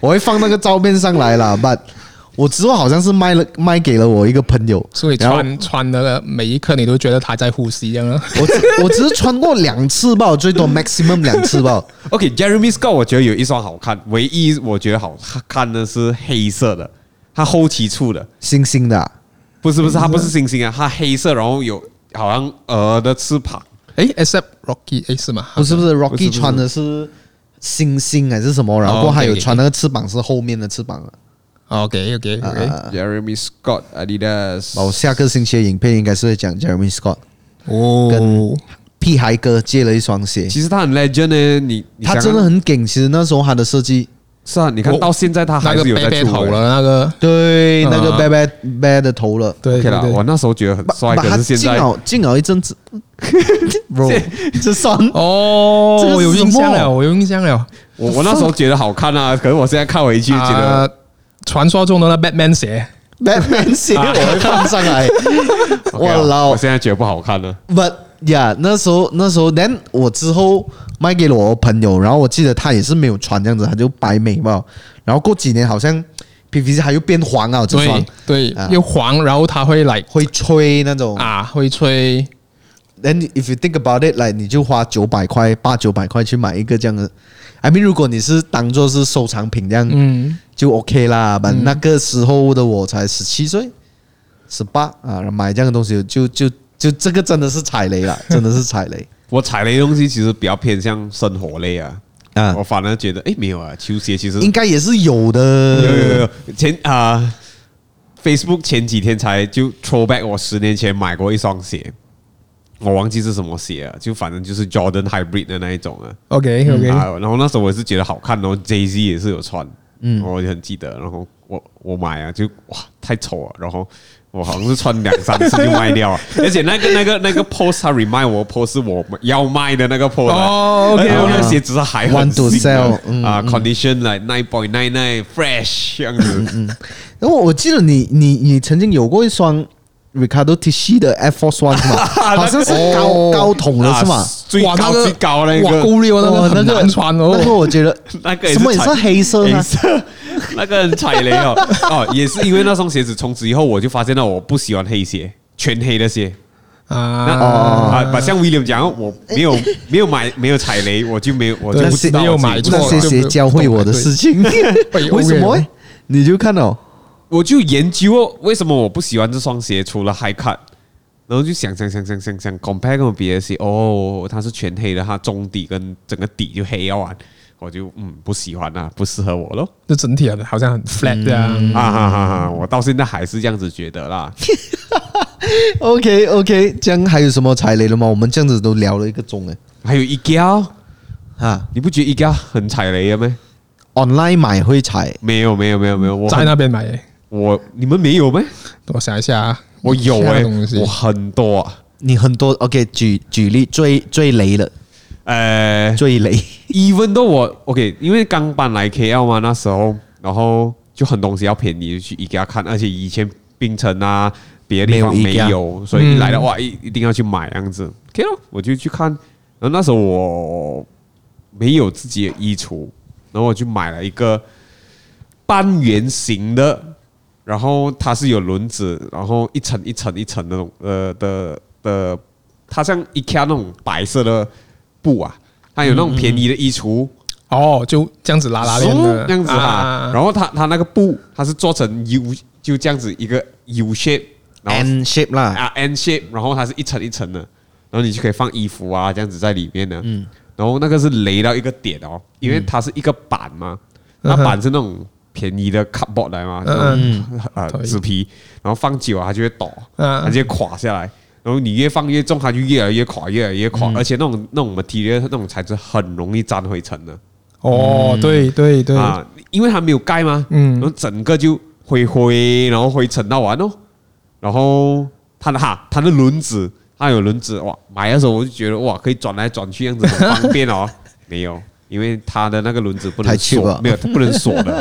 Speaker 1: 我会放那个照片上来啦。but 我之后好像是卖了卖给了我一个朋友，
Speaker 3: 所以
Speaker 1: 然后
Speaker 3: 穿穿的每一刻，你都觉得他在呼吸，这样啊。
Speaker 1: 我只我只是穿过两次吧，我最多 maximum 两次吧。
Speaker 2: OK，Jeremy Scott，我觉得有一双好看，唯一我觉得好看的是黑色的，它后期出的，
Speaker 1: 星星的、啊，
Speaker 2: 不是不是，它不是星星啊，它黑色，然后有好像鹅的翅膀，
Speaker 3: 诶 e x c e p t Rocky，诶，是吗？
Speaker 1: 不是不是
Speaker 2: 不
Speaker 1: ，Rocky
Speaker 2: 是
Speaker 1: 穿的是星星还是什么？然后过后还有
Speaker 3: OK，OK，OK
Speaker 1: 穿那个翅膀是后面的翅膀啊。
Speaker 3: OK OK OK，
Speaker 1: 啊
Speaker 2: Jeremy Scott Adidas，
Speaker 1: 我下个星期的影片应该是会讲 Jeremy Scott
Speaker 3: 哦，
Speaker 1: 屁孩哥借了一双鞋，
Speaker 2: 其实他很 legend 呢，你你
Speaker 1: 他
Speaker 2: 想啊
Speaker 1: 真的很顶。其实那时候他的设计，
Speaker 2: 是啊，你看
Speaker 3: 我
Speaker 2: 到现在他
Speaker 3: 那
Speaker 2: 还
Speaker 3: 个
Speaker 2: 是有
Speaker 3: 背
Speaker 2: 在
Speaker 3: 背
Speaker 2: 出
Speaker 3: 头
Speaker 2: 的。
Speaker 3: 了，那个
Speaker 1: 对那个
Speaker 3: 啊
Speaker 1: b a b b a 的头了。
Speaker 3: 对
Speaker 2: OK
Speaker 3: 对
Speaker 2: 啦，
Speaker 3: 对
Speaker 2: 我。那时候觉得很帅，
Speaker 1: 把
Speaker 2: 可
Speaker 1: 他
Speaker 2: 是现
Speaker 1: 进
Speaker 2: 在
Speaker 1: 了进了一阵子，bro，这算
Speaker 3: 哦
Speaker 1: 这个是
Speaker 3: 我有印
Speaker 1: 什
Speaker 3: 象
Speaker 1: 么
Speaker 3: 了，我有印象了。
Speaker 2: 我我那时候觉得好看啊，可是我现在看回去觉得
Speaker 3: 啊，传说中的那 Batman 鞋，
Speaker 1: Batman 鞋我会放上来。
Speaker 2: OK 啊
Speaker 1: 我老
Speaker 2: 我现在觉得不好看啊了。
Speaker 1: But yeah，那时候那时候，then 我之后卖给了我朋友，然后我记得他也是没有穿这样子，他就白美吧。然后过几年好像 PVC 它又变黄了，这双
Speaker 3: 对对
Speaker 1: 啊，哦
Speaker 3: 又黄，然后它会来
Speaker 1: 会吹那种。
Speaker 3: 啊，会吹，
Speaker 1: Then if you think about it，来、like, 你就花九百块八九百块去买一个这样的。I mean，如果你是当做是收藏品这样，
Speaker 3: 嗯，
Speaker 1: 就 OK 啦。把、那个时候的我才十七岁，十八啊，买这样的东西就就就这个真的是踩雷了，真的是踩雷
Speaker 2: 我踩雷的东西其实比较偏向生活类啊，
Speaker 1: 啊
Speaker 2: 我！反而觉得哎没有啊，球鞋其实
Speaker 1: 应该也是有的，
Speaker 2: 有有
Speaker 1: 呃
Speaker 2: 有有前啊、Facebook 前几天才就 throwback 我十年前买过一双鞋，我忘记是什么鞋啊了，就反正就是 Jordan Hybrid 的那一种啊。
Speaker 3: OK OK，
Speaker 2: 啊，然后那时候我也是觉得好看哦，J Z 也是有穿，嗯，我就很记得，然后我我买啊，就哇太丑了，然后我好像是穿两三次就卖 掉了，啊而且那个那个那个 pose 它 remind 我 pose 是我要卖的那个 pose 啊
Speaker 3: 哦，OK，
Speaker 2: 然后那
Speaker 1: OK
Speaker 2: 鞋子是还很
Speaker 1: Want to
Speaker 2: 新的
Speaker 1: sell，嗯嗯
Speaker 2: 啊，condition like nine point nine nine fresh 这样子，
Speaker 1: 然后我记得你你你曾经有过一双 Ricardo t i s c i 的 Air Force One 是吗？好像是高、
Speaker 3: 哦
Speaker 1: 高筒的是吗？
Speaker 2: 啊最
Speaker 3: 哇那
Speaker 2: 高
Speaker 3: 个
Speaker 2: 最高那
Speaker 3: 哇，
Speaker 2: 个
Speaker 3: 勾溜那
Speaker 1: 哇
Speaker 3: 个很
Speaker 1: 那个
Speaker 3: 难穿
Speaker 1: 那个
Speaker 3: 哦。
Speaker 1: 我觉得
Speaker 2: 那个也
Speaker 1: 什么也
Speaker 2: 彩
Speaker 1: 是黑色啊
Speaker 2: 黑
Speaker 1: 呢？
Speaker 2: 色， 那个很踩雷哦。哦，也是因为那双鞋子，从此以后我就发现了我不喜欢黑鞋，全黑的鞋。那
Speaker 3: 啊，哎
Speaker 2: 啊，把像 William 讲，我没有 没有买没有踩雷，我就没有我就
Speaker 3: 对
Speaker 2: 不知道啊
Speaker 3: 没有
Speaker 2: 我自己
Speaker 3: 买
Speaker 2: 不
Speaker 3: 错
Speaker 1: 那
Speaker 2: 喜
Speaker 1: 些
Speaker 2: 欢
Speaker 1: 鞋教会我的事情，
Speaker 3: 对
Speaker 1: 为什么
Speaker 3: 被欧
Speaker 1: 诶？你就看到、哦、
Speaker 2: 我就研究哦为什么我不喜欢这双鞋，除了 high cut，然后就想想想想想想 compare 跟我别的鞋，哦，它是全黑的，它中底跟整个底就黑要完，我就嗯不喜欢啊，不适合我咯。
Speaker 3: 就整体很好像很 flat 这样。
Speaker 2: 啊哈哈哈，我到现在还是这样子觉得 啦。
Speaker 1: OK OK，这样还有什么踩雷了吗？我们这样子都聊了一个钟诶，
Speaker 2: 还有 IKEA，哦
Speaker 1: 啊
Speaker 2: 你不觉得 IKEA 很踩雷的吗？
Speaker 1: ，online 买会踩，
Speaker 2: 没有没有没有没有，我
Speaker 3: 在
Speaker 2: 很
Speaker 3: 那边买，
Speaker 2: 我你们没有吗？
Speaker 3: 我想一下啊，
Speaker 2: 我有
Speaker 3: 其他
Speaker 2: 哎、
Speaker 3: 东西
Speaker 2: 我很多、啊。
Speaker 1: 你很多 OK 举举例最最雷了，
Speaker 2: 呃
Speaker 1: 最雷，
Speaker 2: ，even 都我 OK，因为刚搬来 KL 嘛，那时候，然后就很东西要便宜，就去 IKEA 看，而且以前槟城啊别的地方
Speaker 1: 没
Speaker 2: 没
Speaker 1: 有 IKEA 嗯
Speaker 2: 有，所以一来的话一一定要去买这样子。OK 咯，我就去看，然后那时候我没有自己的衣橱，然后我就买了一个半圆形的，然后它是有轮子，然后一层一层一层那种呃的的，它像 IKEA 那种白色的布啊，它有那
Speaker 1: 嗯
Speaker 2: 种便宜的衣橱，
Speaker 3: 哦，就这样子拉拉链的
Speaker 2: 这样子哈、
Speaker 3: 啊
Speaker 2: 然后它它那个布它是做成 U，就这样子一个 U shape。然后
Speaker 1: N shape 啦，
Speaker 2: 啊 N shape，然后它是一层一层的，然后你就可以放衣服啊这样子在里面的。嗯，然后那个是雷到一个点哦，因为它是一个板嘛，
Speaker 3: 嗯
Speaker 2: 那板是那种便宜的 cardboard 来嘛，嗯啊
Speaker 3: 同意
Speaker 2: 纸皮，然后放久了它就会倒，
Speaker 3: 嗯
Speaker 2: 它就会垮下来。然后你越放越重，它就越来越垮，越来越垮，
Speaker 3: 嗯
Speaker 2: 而且那种那种 material 那种材质很容易沾灰尘的。
Speaker 3: 哦，对对对，
Speaker 2: 嗯啊，因为它没有盖嘛，
Speaker 3: 嗯
Speaker 2: 然后整个就灰灰，然后灰尘到完哦，然后它的哈，它的轮子，它有轮子哇，买的时候我就觉得哇，可以转来转去，样子很方便哦，没有，因为它的那个轮子不能
Speaker 1: 太 cheap
Speaker 2: 锁
Speaker 1: 了，
Speaker 2: 没有不能锁的。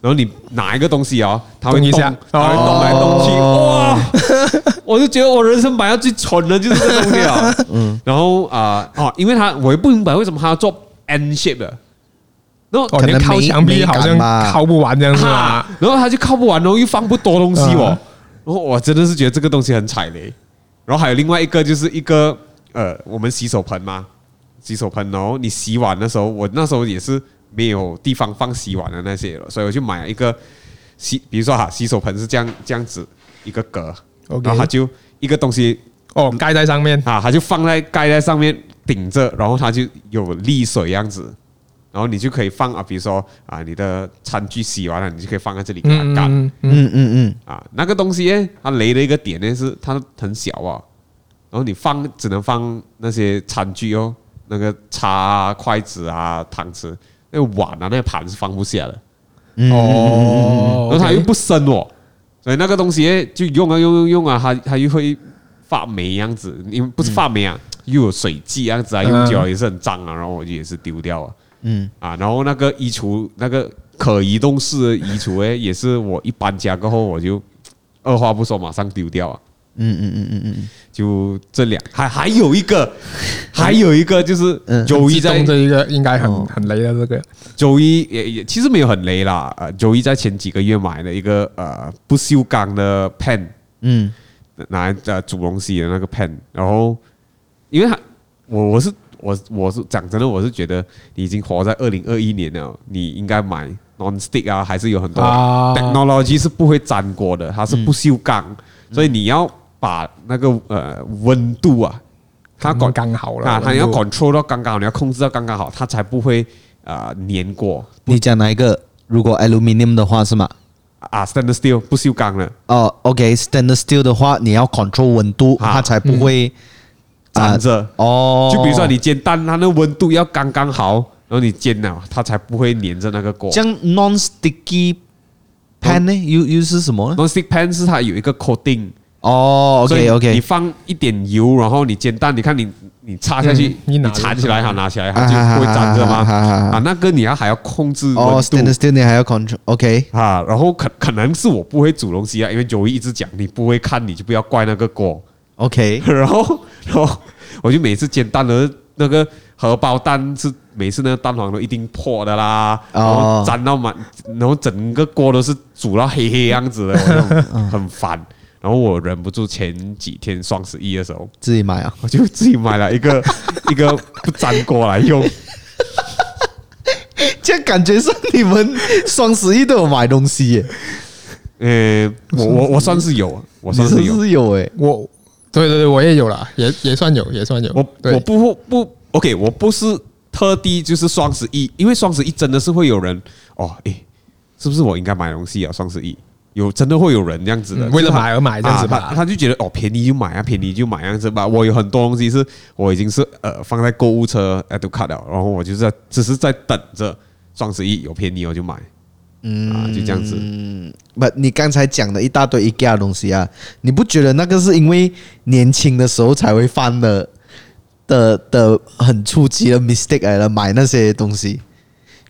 Speaker 2: 然后你拿一个东西哦，它会
Speaker 3: 动一
Speaker 2: 动，
Speaker 3: 下
Speaker 2: 它会动来动去，
Speaker 1: 哦
Speaker 2: 哇！我就觉得我人生买到最蠢的就是这个东西啊。嗯，然后啊、哦，因为它我也不明白为什么它要做 N shape 的，然后
Speaker 3: 哦，
Speaker 1: 可
Speaker 3: 你
Speaker 1: 能
Speaker 3: 靠
Speaker 1: 没
Speaker 3: 墙壁
Speaker 1: 没
Speaker 3: 好
Speaker 1: 敢
Speaker 3: 像
Speaker 1: 吧
Speaker 3: 靠不完这样是吧
Speaker 2: 啊？，然后他就靠不完，然后又放不多东西哦。
Speaker 3: 嗯
Speaker 2: 然后我真的是觉得这个东西很踩雷。然后还有另外一个就是一个呃，我们洗手盆嘛，洗手盆，然后你洗碗的时候，我那时候也是没有地方放洗碗的那些了，所以我就买一个洗，比如说哈，洗手盆是这样这样子一个格
Speaker 3: OK
Speaker 2: 然后它就一个东西
Speaker 3: 哦，盖在上面，
Speaker 2: 啊，它就放在盖在上面顶着，然后它就有沥水样子，然后你就可以放啊，比如说啊，你的餐具洗完了，你就可以放在这里给它
Speaker 3: 嗯
Speaker 2: 干、
Speaker 3: 嗯嗯，
Speaker 1: 嗯嗯
Speaker 2: 啊。那个东西耶，它雷的一个点呢是它很小啊，然后你放只能放那些餐具哦，那个叉啊、筷子啊、汤匙，那个碗啊、那个盘是放不下的，
Speaker 1: 嗯嗯，
Speaker 3: 哦
Speaker 2: 然，后它又不深哦，所以那个东西耶就用啊用用用啊，它它又会发霉样子，因为不是发霉啊，又有水迹样子啊，
Speaker 3: 嗯
Speaker 2: 用久了也是很脏啊，然后我就也是丢掉啊，
Speaker 1: 嗯
Speaker 2: 啊，然后那个衣橱那个可移动式的衣橱诶，也是我一搬家过后我就二话不说马上丢掉啊，
Speaker 1: 嗯嗯嗯嗯嗯，
Speaker 2: 就这两还还有一 个，还有一个就是
Speaker 1: 嗯
Speaker 2: 周一
Speaker 3: 自
Speaker 2: 在
Speaker 3: 动这一个应该很
Speaker 1: 哦
Speaker 3: 很雷的这个，
Speaker 2: 周一也也其实没有很雷啦，呃，周一在前几个月买了一个呃不锈钢的 pan。
Speaker 1: 嗯
Speaker 2: 拿来呃煮东西的那个 pan，然后因为他我我是我我是讲真的，我是觉得你已经活在二零二一年了，你应该买 non stick 啊，还是有很多
Speaker 3: 啊
Speaker 2: technology 是不会粘锅的，它是不锈钢，
Speaker 3: 嗯
Speaker 2: 所以你要把那个呃温度啊，它
Speaker 3: 刚
Speaker 2: 管
Speaker 3: 刚好了
Speaker 2: 啊，它
Speaker 3: 温
Speaker 2: 要
Speaker 3: 度
Speaker 2: control 到刚刚好，你要控制到刚刚好，它才不会啊粘锅
Speaker 1: 你讲哪一个？如果 aluminium 的话是吗？
Speaker 2: 啊 stainless steel 不锈钢的。
Speaker 1: 哦，OK，stainless steel 的话，你要 control 温度，
Speaker 2: 啊
Speaker 1: 它才不会
Speaker 2: 粘着
Speaker 1: 啊哦。
Speaker 2: 就比如说你煎蛋，它那温度要刚刚好，然后你煎了，它才不会粘着那个锅。
Speaker 1: 这样 non-sticky pan 呢，又又是什么呢？
Speaker 2: non-stick pan 是它有一个 coating，
Speaker 1: 哦
Speaker 2: 所以
Speaker 1: ，OK
Speaker 2: 你
Speaker 1: OK，
Speaker 2: 放一点油，然后你煎蛋，你看你你插下去
Speaker 3: 嗯，
Speaker 2: 你
Speaker 3: 一拿
Speaker 2: 缠
Speaker 3: 就
Speaker 2: 起来
Speaker 3: 出
Speaker 2: 哈，
Speaker 3: 来
Speaker 2: 拿起来它就不会粘着
Speaker 1: 嗯
Speaker 2: 嘛。啊，那个你要还要控制
Speaker 1: 哦
Speaker 2: 温
Speaker 1: ，stainless
Speaker 2: 度
Speaker 1: steel 你还要 control OK，
Speaker 2: 啊，然后可可能是我不会煮东西啊，因为九一一直讲你不会看，你就不要怪那个锅。
Speaker 1: OK，
Speaker 2: 然后然后我就每次煎蛋的那个荷包蛋是每次那个蛋黄都一定破的啦，
Speaker 1: 哦
Speaker 2: 然后粘到满，然后整个锅都是煮到黑黑样子的，我就很烦。然后我忍不住前几天双十一的时候，
Speaker 1: 自己买啊。
Speaker 2: 我就自己买了一个一个不粘锅来用。
Speaker 1: 这样感觉上你们双十一都有买东西耶，
Speaker 2: 呃，我我我算是有，我
Speaker 1: 我
Speaker 2: 算是有，
Speaker 1: 是有哎，
Speaker 3: 我对对对，我也有了，也也算有，也算有，
Speaker 2: 我
Speaker 3: 对
Speaker 2: 我不不 OK，我不是特地就是双十一，因为双十一真的是会有人哦，诶，是不是我应该买东西啊？双十一有真的会有人这样子的，
Speaker 3: 嗯为了
Speaker 2: 就是他
Speaker 3: 买而买这样子吧
Speaker 2: 啊他他就觉得哦便宜就买啊，便宜就买这样子吧。我有很多东西是我已经是呃放在购物车 add to cart 了，然后我就是在只是在等着双十一有便宜我就买，嗯啊就这样子。
Speaker 1: 不，你刚才讲的一大堆 IKEA 的东西啊，你不觉得那个是因为年轻的时候才会犯的的的很初级的 mistake 来了？买那些东西，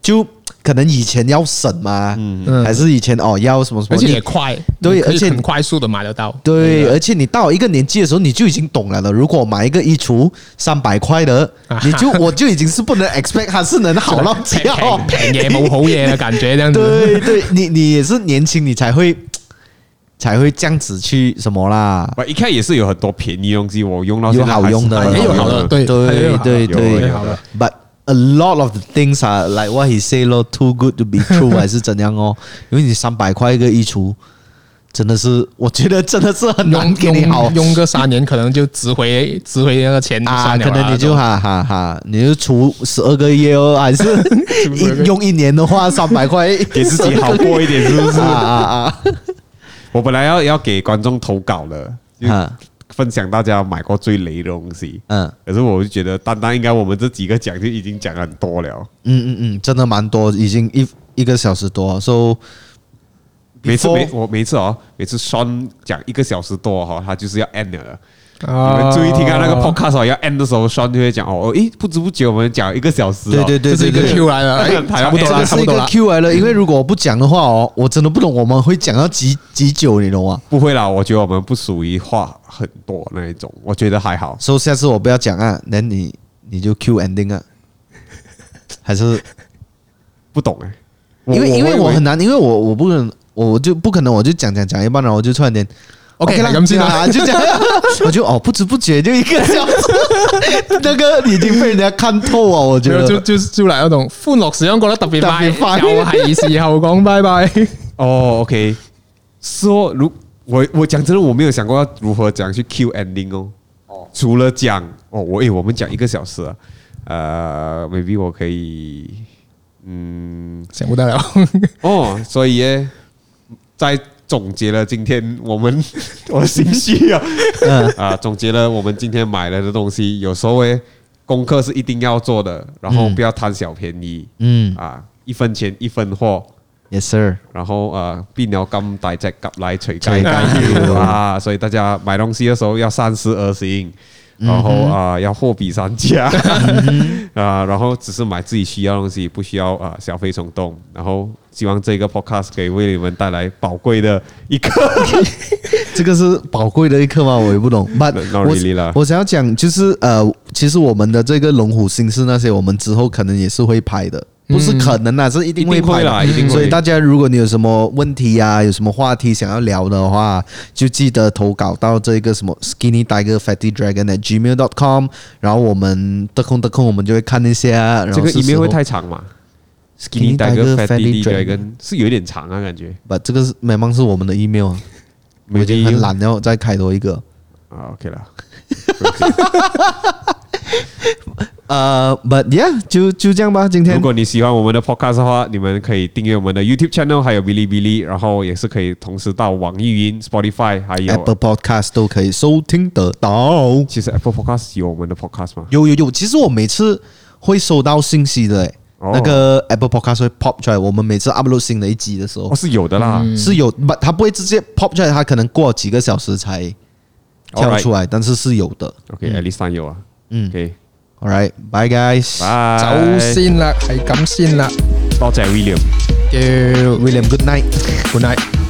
Speaker 1: 就可能以前要省嘛，
Speaker 3: 嗯
Speaker 1: 还是以前哦要什么什么，
Speaker 3: 而且嗯
Speaker 1: 你
Speaker 3: 也快，
Speaker 1: 对
Speaker 3: 你可以
Speaker 1: 而且
Speaker 3: 很快速的买得到，
Speaker 1: 对，而且你到一个年纪的时候，你就已经懂了的。如果买一个衣橱三百块 的，你就我就已经是不能 expect 它是能好到
Speaker 3: 平
Speaker 1: 家哦。
Speaker 3: 平平嘢冇好嘢嘅感 觉，这样子。
Speaker 1: 对对，你你也是年轻，你才会才会这样子去什么啦？
Speaker 2: 我一看也是有很多便宜东西，我用到现在
Speaker 1: 有好
Speaker 2: 还是
Speaker 1: 用的
Speaker 2: 还是
Speaker 1: 也有好
Speaker 3: 的对还
Speaker 1: 对
Speaker 3: 有好
Speaker 1: 对
Speaker 2: 有
Speaker 1: 对
Speaker 2: 有的
Speaker 1: ，but a lot of the things are like what he say 咯，too good to be true 还是怎样哦？因为你三百块一个衣橱，真的是，我觉得真的是很难
Speaker 3: 用
Speaker 1: 给你好
Speaker 3: 用用个三年，可能就值回值回那个钱
Speaker 1: 啊，
Speaker 3: 算了
Speaker 1: 可能
Speaker 3: 啦
Speaker 1: 你就哈哈哈，你就除十二个月 哦，还是一用一年的话，三百块
Speaker 2: 给自己好过一点，是不是
Speaker 1: 啊？ 啊
Speaker 2: 我本来要要给观众投稿的，就
Speaker 1: 啊！啊，
Speaker 2: 分享大家买过最雷的东西。
Speaker 1: 嗯
Speaker 2: 可是我就觉得，单单应该我们这几个讲就已经讲很多了。
Speaker 1: 嗯嗯嗯，真的蛮多，已经一一个小时多，so
Speaker 2: 每次
Speaker 1: before-
Speaker 2: 每我每次哦，每次 Sean 讲一个小时多哈、哦，他就是要 end 了。
Speaker 3: 啊
Speaker 2: 你们注意听啊，那个 podcast 哦，要 end 的时候，Sean 就会讲哦，诶，不知不觉我们讲一个小时、哦。
Speaker 1: 对对对
Speaker 3: 这是
Speaker 1: 对
Speaker 3: 一个
Speaker 1: 对。
Speaker 3: Q 来了，哎，
Speaker 2: 他
Speaker 3: 差不多
Speaker 1: 这
Speaker 3: 啦，
Speaker 1: 个
Speaker 3: 差
Speaker 1: 是
Speaker 3: 不
Speaker 1: 一
Speaker 3: 多
Speaker 1: 个
Speaker 3: 啦。
Speaker 1: Q 来了，因为如果我不讲的话哦，我真的不懂我们会讲到几几久，你懂吗？
Speaker 2: 不会啦，我觉得我们不属于话很多那一种，我觉得还好。
Speaker 1: 所以下次我不要讲啊，那你你就 Q ending 啊，还是
Speaker 2: 不懂哎、我
Speaker 1: 因为因为我
Speaker 2: 以
Speaker 1: 很难，因为我我不可能，我就不可能，我就讲讲讲一半，然后我就突然间
Speaker 3: OK，
Speaker 1: 啦，
Speaker 3: 咁先啦
Speaker 1: 啊，就这样， 我就哦，不知不觉就一个小时， 那个已经被人家看透啊，我觉
Speaker 3: 就
Speaker 1: 得
Speaker 3: 就就就嚟嗰種歡樂時光過得特別
Speaker 1: 特別快
Speaker 3: 快，又係時候講拜拜。
Speaker 2: 哦，OK，说如我我讲真的，我没有想过要如何讲去 Q ending 哦。哦，除了讲哦，我诶、我们讲一个小时啊，呃，maybe 我可以，嗯，
Speaker 3: 成不得了，
Speaker 2: 哦， 所以耶，在总结了今天我们 我的心虚啊，啊，总结了我们今天买了的东西，有时候诶，功课是一定要做的，然后不要贪小便宜，
Speaker 1: 嗯
Speaker 2: 啊，一分钱一分货。
Speaker 1: ，Yes sir，
Speaker 2: 然後誒、呃、邊有咁大隻蛤乸隨街
Speaker 1: 隨街
Speaker 2: 街
Speaker 1: 叫
Speaker 2: 啊！所以大家買東西的時候要三思而行，
Speaker 1: 嗯
Speaker 2: 然後啊、呃要貨比三家 啊，然後只是買自己需要的東西，不需要啊、呃消費衝動。然後希望這個 podcast 可以為你們帶來寶貴的一 刻。
Speaker 1: 这个是宝贵的一刻吗？我也不 懂，But
Speaker 2: Not- not really 啦
Speaker 1: 我我想要讲就是呃，其实我们的这个龙虎星是那些，我们之后可能也是会拍的。不是可能啦，是一定会
Speaker 2: 嗯一定
Speaker 1: 拍
Speaker 2: 会啦
Speaker 1: 的。
Speaker 2: 一定会
Speaker 1: 所以大家如果你有什么问题呀、有什么话题想要聊的话，就记得投稿到这个什么 skinny tiger fatty dragon at gmail dot com，然后我们得空得空我们就会看一下。然
Speaker 2: 這
Speaker 1: 后
Speaker 2: 個
Speaker 1: 是
Speaker 2: email
Speaker 1: 时候
Speaker 2: 會太長嘛
Speaker 1: Skinny
Speaker 2: ？Skinny Tiger
Speaker 1: Tiger
Speaker 2: Fatty
Speaker 1: Fatty
Speaker 2: Dragon 是有點長啊，感覺。
Speaker 1: 不，这个是 m 忙是我们的 email，啊我已经
Speaker 2: Maybe-
Speaker 1: 很懒，要再开多一个。
Speaker 2: 啊，OK 啦。
Speaker 1: 呃、b u t yeah，就就这样吧，今天
Speaker 2: 如。果你喜欢我们的 podcast 的话，你们可以订阅我们的 YouTube channel，还有哔哩哔哩，然后也是可以同时到网易云、Spotify，还有啊
Speaker 1: Apple Podcast 都可以收听得到。
Speaker 2: 其实 Apple Podcast 有我们的 podcast 吗？
Speaker 1: 有有有，其实我每次会收到信息的、欸，
Speaker 2: 哦
Speaker 1: 那个 Apple Podcast 会 pop 出来。我们每次 upload 新的一集的时候、
Speaker 2: 哦，是有的啦。
Speaker 1: 是有，不，它不会直接 pop 出来，它可能过几个小时才跳出来，但是是有的。
Speaker 2: OK，at least 有啊。
Speaker 1: 嗯
Speaker 2: OK，bye，
Speaker 1: All right, bye guys.
Speaker 3: 走先啦，係咁先啦，
Speaker 2: 多谢 William。
Speaker 3: 要
Speaker 1: William, good night.
Speaker 3: good night。